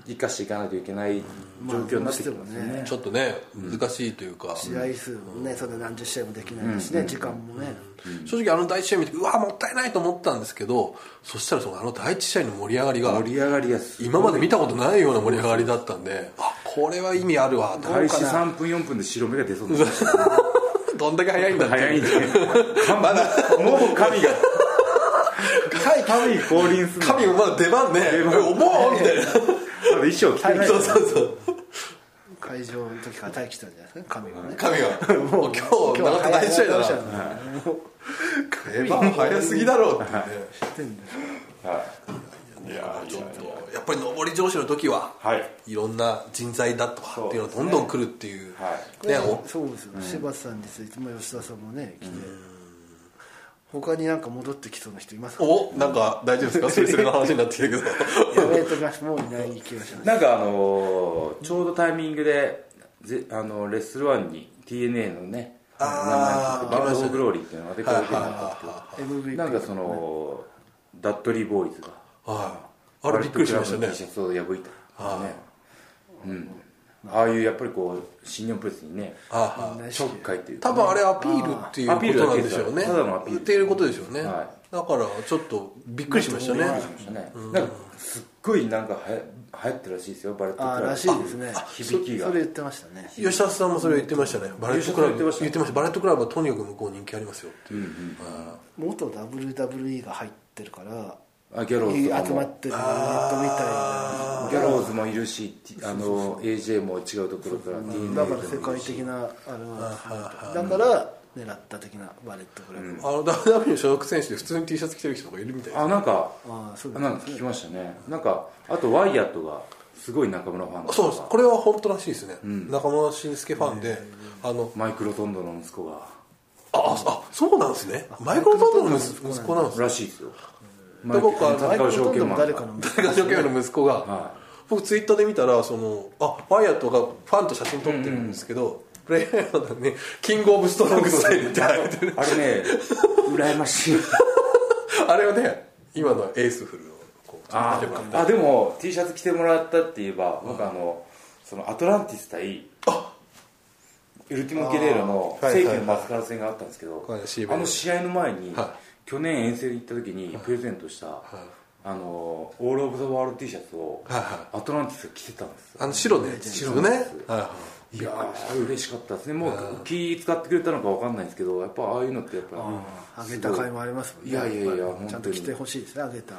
A: 生かしていかないといけない状況になってきてますよね,、
B: ちょっとね難しいというか
C: 試合数もねそんな何十試合もできないですね、時間もね、
B: 正直あの第一試合見てうわもったいないと思ったんですけどそしたらそのあの第一試合の盛り上がりが
A: 盛り上がりやすい
B: 今まで見たことないような盛り上がりだったんであこれは意味あるわと
A: 開始3分4分で白目が出そうになる
B: どんだけ早いんだって
A: 早 いね神もう神が神に降臨する
B: 神もまだ出番ね
A: 出番
B: おもうみたいな
A: 衣装着てない
B: そうそうそう
C: 会場の時から待機したんじゃないですか神はね
B: 神がもう今日長田第一試合だな出番早すぎだろうってねいやちょっとやっぱり上り上司の時は
A: はい
B: いろんな人材だとかっていうのがどんどん来るっていう
A: は
B: ねお
C: そうですよ、柴田さんについても吉田さんもね来て、他になんか戻ってきそうな人いますか
B: おなんか大丈夫です かスレスレの話になってきたけど
C: やめときますもういない 気がします
A: なんかあのーちょうどタイミングでぜあのレッスルワンに TNA のね名前
B: あー
A: バード・オブ・グローリーっていうのが出てくるわけなんですけど
C: MVP
A: なんかそのダッドリーボーイズが
B: はいあれびっくりしましたね
A: ワイルドクラブの T シャツを破いたねうんああいうやっぱりこう新日本プロレスにね
B: あ
C: 大
A: ち
C: 好
A: ょっ
C: き
A: かいっていう
B: 多分あれアピールっていう
A: あーアピール
B: ことなんでしょうね
A: ただのアピール
B: っていうことでしょうねだ
A: は
B: からちょっとびっくりしましたね
A: びっくりしましたねなんかすっごいなんかはや流行ってるらしいですよバレットク
C: あ
A: ラ
C: あ
A: ブ
C: らしいですね
A: 響きが
C: それ言ってましたね
B: 吉田さんもそれを言ってましたねバレットクラブ
A: 吉田さん言
B: 言ってましたバレットクラブはとにかく向こう人気ありますよっていう
C: 元 WWE が入ってるから
A: あギャローズ
C: 集
A: とかも
C: まってるネットみたいな
A: ギャローズもいるしあの AJ も違うところから TNA
C: だから世界的なあれはだから狙った的なバレットクラブ、
B: あの WW の所属選手で普通に T シャツ着てる人とかいるみたいです
A: あなんか
C: あそうですね
A: なんか聞きましたねなんかあとワイヤットがすごい中村ファンだ
B: そうですこれは本当らしいですね中村慎介ファンであの
A: マイクロトンドの息子が
B: ああそうなんですねマイクロトンドの息息子なんですね
A: らしいですよ
B: で僕は
A: マ
C: マ
A: イ
C: イ
A: クロ
C: クロ
A: ト
C: ト
A: ン
C: ン
A: ド
C: ド
A: も
C: も
A: 誰
C: 誰
A: か
C: か
A: の
C: の
B: 大学のの息子が、
A: は
B: 僕ツイッターで見たらそのあワイヤットがファンと写真撮ってるんですけど、プレイヤーなんねキングオブストロングスタイルってあれてる
A: あれね羨ましい
B: あれをね今のエースフルをこうちょっ
A: あ
B: と見てもらって
A: あでも T シャツ着てもらったって言えば僕あのそのアトランティス対ウルティモ・ゲレーロの
B: あーはい
A: 世紀のマスカラ戦があったんですけど
B: はいはい
A: あの試合の前に
B: は
A: 去年遠征に行った時にプレゼントしたあのオール・オブ・ザ・ワールド T シャツを
B: はいは
A: アトランティスが着てたんですよ
B: あの白のやつですよねはいはい
A: いやー嬉しかったですねもう気使ってくれたのか分かんないですけどやっぱああいうのってやっぱ
C: あげた甲斐もありますもんね
A: いやいやいや
C: っぱり
A: 本当に
C: ちゃんと来てほしいですねあげた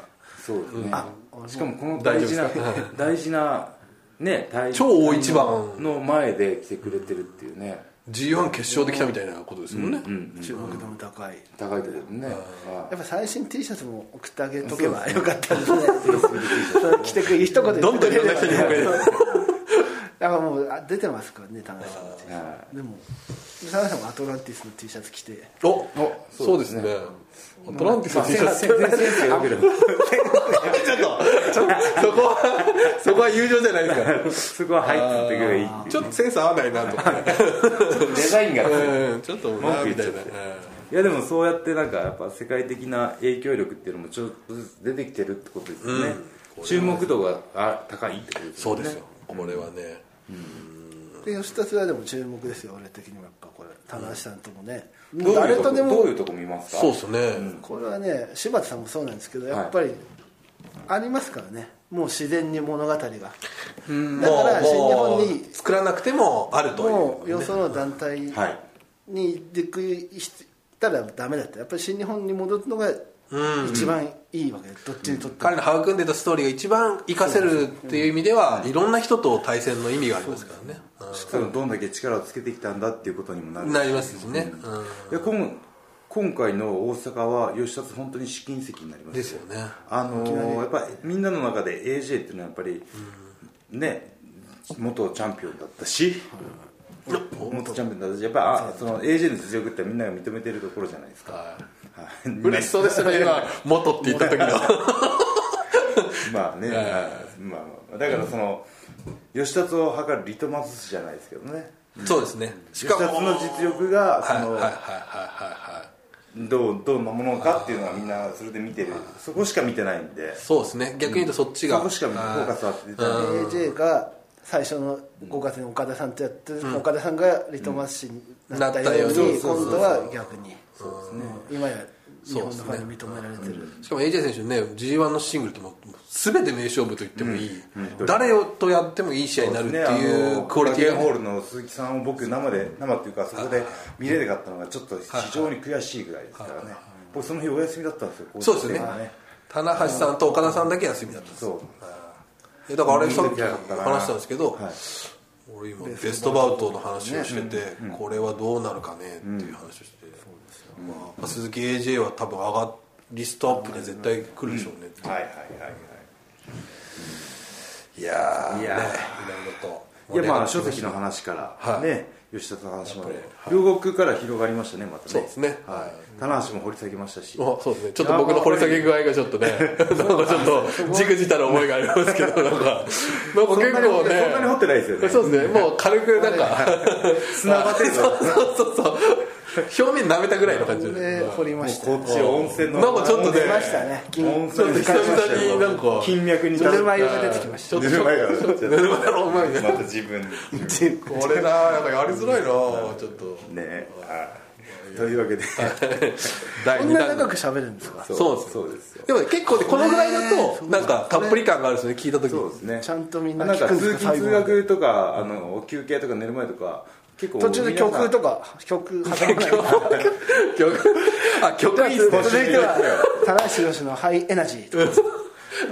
A: そうですね
C: あ
A: しかもこの大事な
B: 大丈
A: 大事なね大
B: 超大一番
A: の前で来てくれてるっていうね
B: G1 決勝できたみたいなことですもんね、
C: 注目度も高い
A: 高いですね
C: やっぱ最新 T シャツも送ってあげとけばよかったですね 着てくれ一言言って
B: どんどんいろんな人に
C: だ
B: 広げる
C: からもうあ出てますからね田中さんの T シャ
A: は
C: ツでも田中さんもアトランティスの T シャツ着て
B: お
A: お
B: そうですねアトランティスの T シャツ
A: 全然センスが良ければ
B: そこはそこは友情じゃないですから
A: そこは入ってってくればいいっていう
B: ちょっとセンス合わないなとかね
A: デザインが
B: うんちょっとなみたいな、
A: いやでもそうやってなんかやっぱ世界的な影響力っていうのもちょっとずつ出てきてるってことですよね、注目度があ高いってことです
B: そ
A: よ
B: う
A: ね
B: ですよこれはね
C: で吉田はでも注目ですよ俺的にもやっぱこれ田中さんともね
A: どういう
C: 誰
A: とこと
C: で
A: ど
C: も
A: ういうとこ見ますか
B: そうですね、
C: これはね柴田さんもそうなんですけどやっぱりありますからねもう自然に物語がだから新日
B: もうも
C: 本
B: う
C: に
B: 作らなくてもあるという
C: もうよその団体に
A: はい
C: 行ってくたらダメだったやっぱり新日本に戻るのが一番いいわけでどっちにとっても
B: 彼の育んでたストーリーが一番活かせるっていう意味では、いろんな人と対戦の意味がありますからね、
A: 多分どんだけ力をつけてきたんだっていうことにもな
B: う
A: る
B: んなりますしね、うん
A: いや今今回の大阪は吉田さん本当に試金石になります
B: ですよね
A: あのーやっぱりみんなの中で AJ っていうのはやっぱり、ね元チャンピオンだったし、元チャンピオンだったしやっぱあその AJ の実力ってみんなが認めてるところじゃないですか、 はい
B: 嬉しそうですよね今元って言った時の
A: まあね、はいまあまあ、だからその、吉達を測るリトマス紙じゃないですけどね
B: そうですねし
A: 吉達
B: かも
A: の実力がそ
B: はいはい
A: の、
B: はいはいはいはい
A: どうどんなものかっていうのはみんなそれで見てるそこしか見てないんで
B: そうですね逆に言うとそっちが、
A: そこしかフォーカスは当ててない
C: AJ が最初の5月に岡田さんとやって、岡田さんがリトマス紙になったように、
B: うん
C: 今度は逆にうん今や日本のファンに認められてる、
B: しかも AJ 選手ね g 1のシングルとも全て名勝負と言ってもいい、誰をとやってもいい試合になるって
A: ねあ
B: いう
A: の
B: クオリティ
A: ド
B: が
A: ラ
B: ね、
A: ケンホールの鈴木さんを僕生で生っていうかそこで見れなかったのがちょっと非常に悔しいぐらいですからね僕その日お休みだったんですよ
B: そうですね棚橋さんと岡田さんだけ休みだったんです
A: そう
B: いやだからあれ
A: 見
B: さ
A: て
B: っき
A: みたかったな
B: 話したんですけど、
A: はい
B: 俺今ベストバウトの話をしてて、これはどうなるかねっていう話をして、まあやっぱ鈴木 AJ は多分上がリストアップで絶対来るでしょうね、
A: はいはいはい
B: いやー
A: いやー
B: ねいろいろと
A: はいいやまあ書籍の話から、
B: はい
A: ね吉田の話まで
B: やっ
A: 両国から広がりましたねまたね
B: そうですね
A: はい、棚橋も掘り下げましたし
B: あそうですねちょっと僕の掘り下げ具合がちょっ とねなんかちょっとじくじたる思いがありますけどなんかなんか結構ね
A: そんなに掘ってないですよね
B: そうですねもう軽くなんか
A: 砂場程度
B: そうそうそう表面舐めたぐらいの感じで
C: で掘りました
A: こっち温泉の
B: なんかちょっとね
C: 出ましたね金
A: 温
B: ちょっ
A: 泉
B: と久々になんか
A: 金脈に
C: ぬるま湯が出てきまし
B: ちょっと
A: ぬるま湯が
B: ぬるま湯がうまいね
A: また自分で
B: これななんかやりづらいなちょっと
A: ねはいというわけで
C: た
B: 第
C: こん
B: 2
C: な
B: 弾
C: 長く喋るんですか
B: そうです
A: そうですよ
B: でも結構ねこのぐらいだとなんかたっぷり感があるんですよね聞いた時
A: そうですね
C: ちゃんとみんな
A: なん
C: 聞
A: か
C: くんです
A: 通
C: か
A: 勤
C: 最後
A: 通学とかあの休憩とか寝る前とか結構
C: 途中で曲とか曲挟まない
B: 曲あ曲いいっすね
C: 続いては棚橋宏の「ハイエナジー」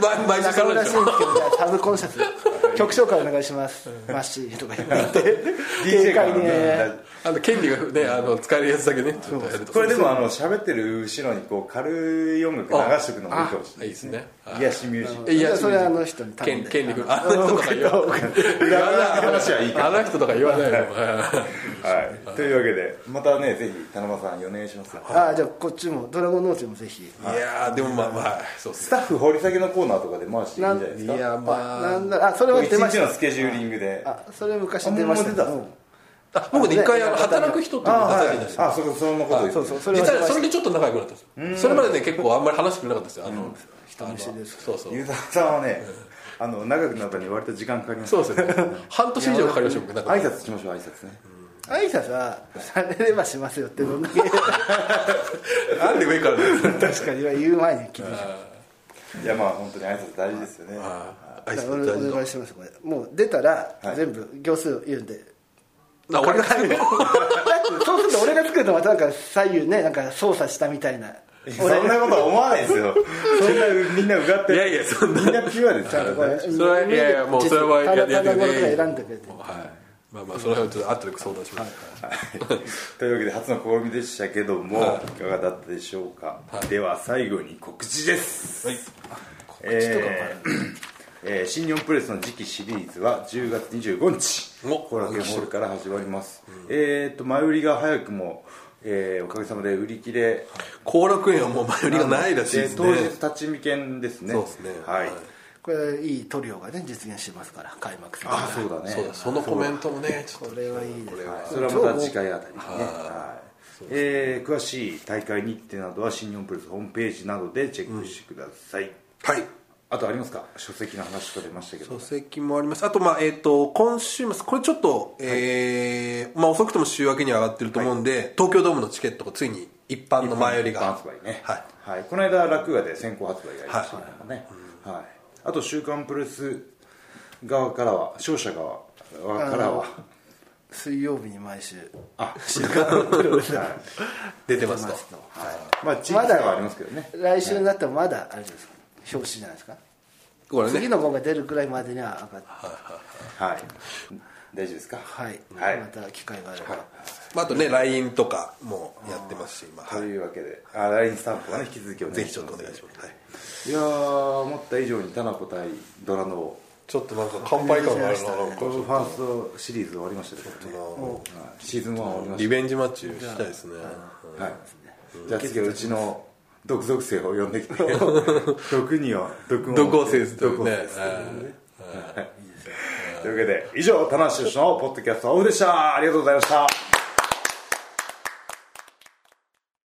B: 毎毎週
C: 中
B: 買う
C: 村
B: でしょ
C: 俊輔のじゃあサブコンサート曲紹介お願いしますマッシーとか言って
A: DJ から
C: 軽快にね
A: ね
B: あの権利がねあの使えるやつだけねちょっとやると
A: これでもあの喋ってる後ろにこう軽い音楽流しておくのもいいかもし
B: い
A: れ
B: いですね
A: ない癒しミュージック
B: い
C: じゃあそれはあの人に頼
B: 権
C: んで
B: 権利君あの人とか言わ言わない
A: 話はいいか
B: あの人とか言わないの
A: はいというわけでまたねぜひ田中さんお願いします
C: ああじゃあこっちもドラゴンノートもぜひ
B: いやーでもまあまあそうっす
A: スタッフ掘り下げのコーナーとかで回していいんじゃないです
B: い
A: か
B: やまあ
C: なんだあそれは
A: 一
C: 出まし
A: 日の
C: た
A: スケジューリングであ
C: あそれ昔出ました
A: あもう出
B: あ僕ね一回あの働く人っていうのを
A: は
B: 叩
A: い
B: いてたんですよ
A: あそこそんなこと言って
C: そうそうそれ
B: 実
C: は出ま
B: は
C: し
B: それでちょっと仲良くなったんですよそれまでね結構あんまり話してくれなかったんですよあの人見
C: 知りです
B: そうそう
A: ゆうたさんはねあの長くなったのに割と時間かかりました
B: そうですよね半年以上かかりました僕なんか
A: 挨拶しましょう挨拶ね
C: た挨拶はされればしますよってどんだけ
B: なんで上からですか
C: 確かに言う前に聞いて
A: いやまあ本当に挨拶大事ですよね
B: あー挨
C: お
B: 拶大事
C: お願いしますこれもう出たら
A: はい
C: 全部行数言うんで
B: あ俺が作るの
C: そうすると俺が作るとまたなんか左右ねなんか操作したみたいない
A: やそんなことは思わないですよ そんなみんなうがって
B: いやいやそんな
A: みんなピュアです
C: ち
A: か
C: ゃん
A: ら
C: とこれ
B: それはいやいやもうそれはや
C: や
B: や
C: や
B: って
C: や
B: ね
C: 選んでくれて
B: はいまあまあそれはちょっと後で相談します
A: というわけで初の試みでしたけども、い、かがだったでしょうか、では最後に告知です、
B: はい
A: えーえー新日本プロレスの次期シリーズは10月25日
B: お
A: 後楽園ホールから始まります、えっと前売りが早くも、えーおかげさまで売り切れ
B: 後楽園はもう前売りがないらしいですね
A: 当日立ち見券ですね
B: そうですね
A: はい、
B: はい
C: これいい塗料がね実現してますから開幕戦
A: あそうだね
B: そうだそのコメントもねちょっと
C: これはいいですね
A: はいそれはまた次回あたりにね、はいえー詳しい大会日程などは新日本プロレスホームページなどでチェックしてください、
B: はい
A: あとありますか書籍の話と出ましたけど
B: 書籍もありますあとまあえっ、と今週末これちょっと、えーまあ遅くとも週明けには上がってると思うんで、東京ドームのチケットがついに一般の前売り
A: 一般
B: が
A: 発売ね
B: はい、
A: はいこの間落語で先行発売がありましたからね、はいあと「週刊プロレス」側からは勝者側からは
C: 水曜日に毎週
A: あ
C: 週刊プロレス
A: は
B: 出てますと
C: ますと
A: いまあ地域差はありますけどね
C: 来週になってもまだあれですか表紙じゃないですか
B: これ
C: 次
B: ね
C: の号が出るくらいまでには上がって
A: はい大丈夫ですか
C: はい
A: はい
C: また機会があれば
B: まああとね LINE とかもやってますし、まあ
A: と
B: はい、
A: いうわけであ LINE スタンプはね引き続きお願いします
B: ぜひちょっとお願いします、はい、
A: いやー思った以上に田中対ドラの
B: ちょっとなんか乾杯感があるななん
A: これ
B: か
A: ファーストシリーズ終わりましたけどねはいシーズン1終わりま
B: リ
A: し
B: ベンジマッチしたいですね
A: たはいじゃあ次はうちの毒属性を呼んでき て毒には毒を
B: 同校生ですと
A: 毒を
B: ね
A: 制すというわけで以上田中氏のポッドキャストオフでしたありがとうございました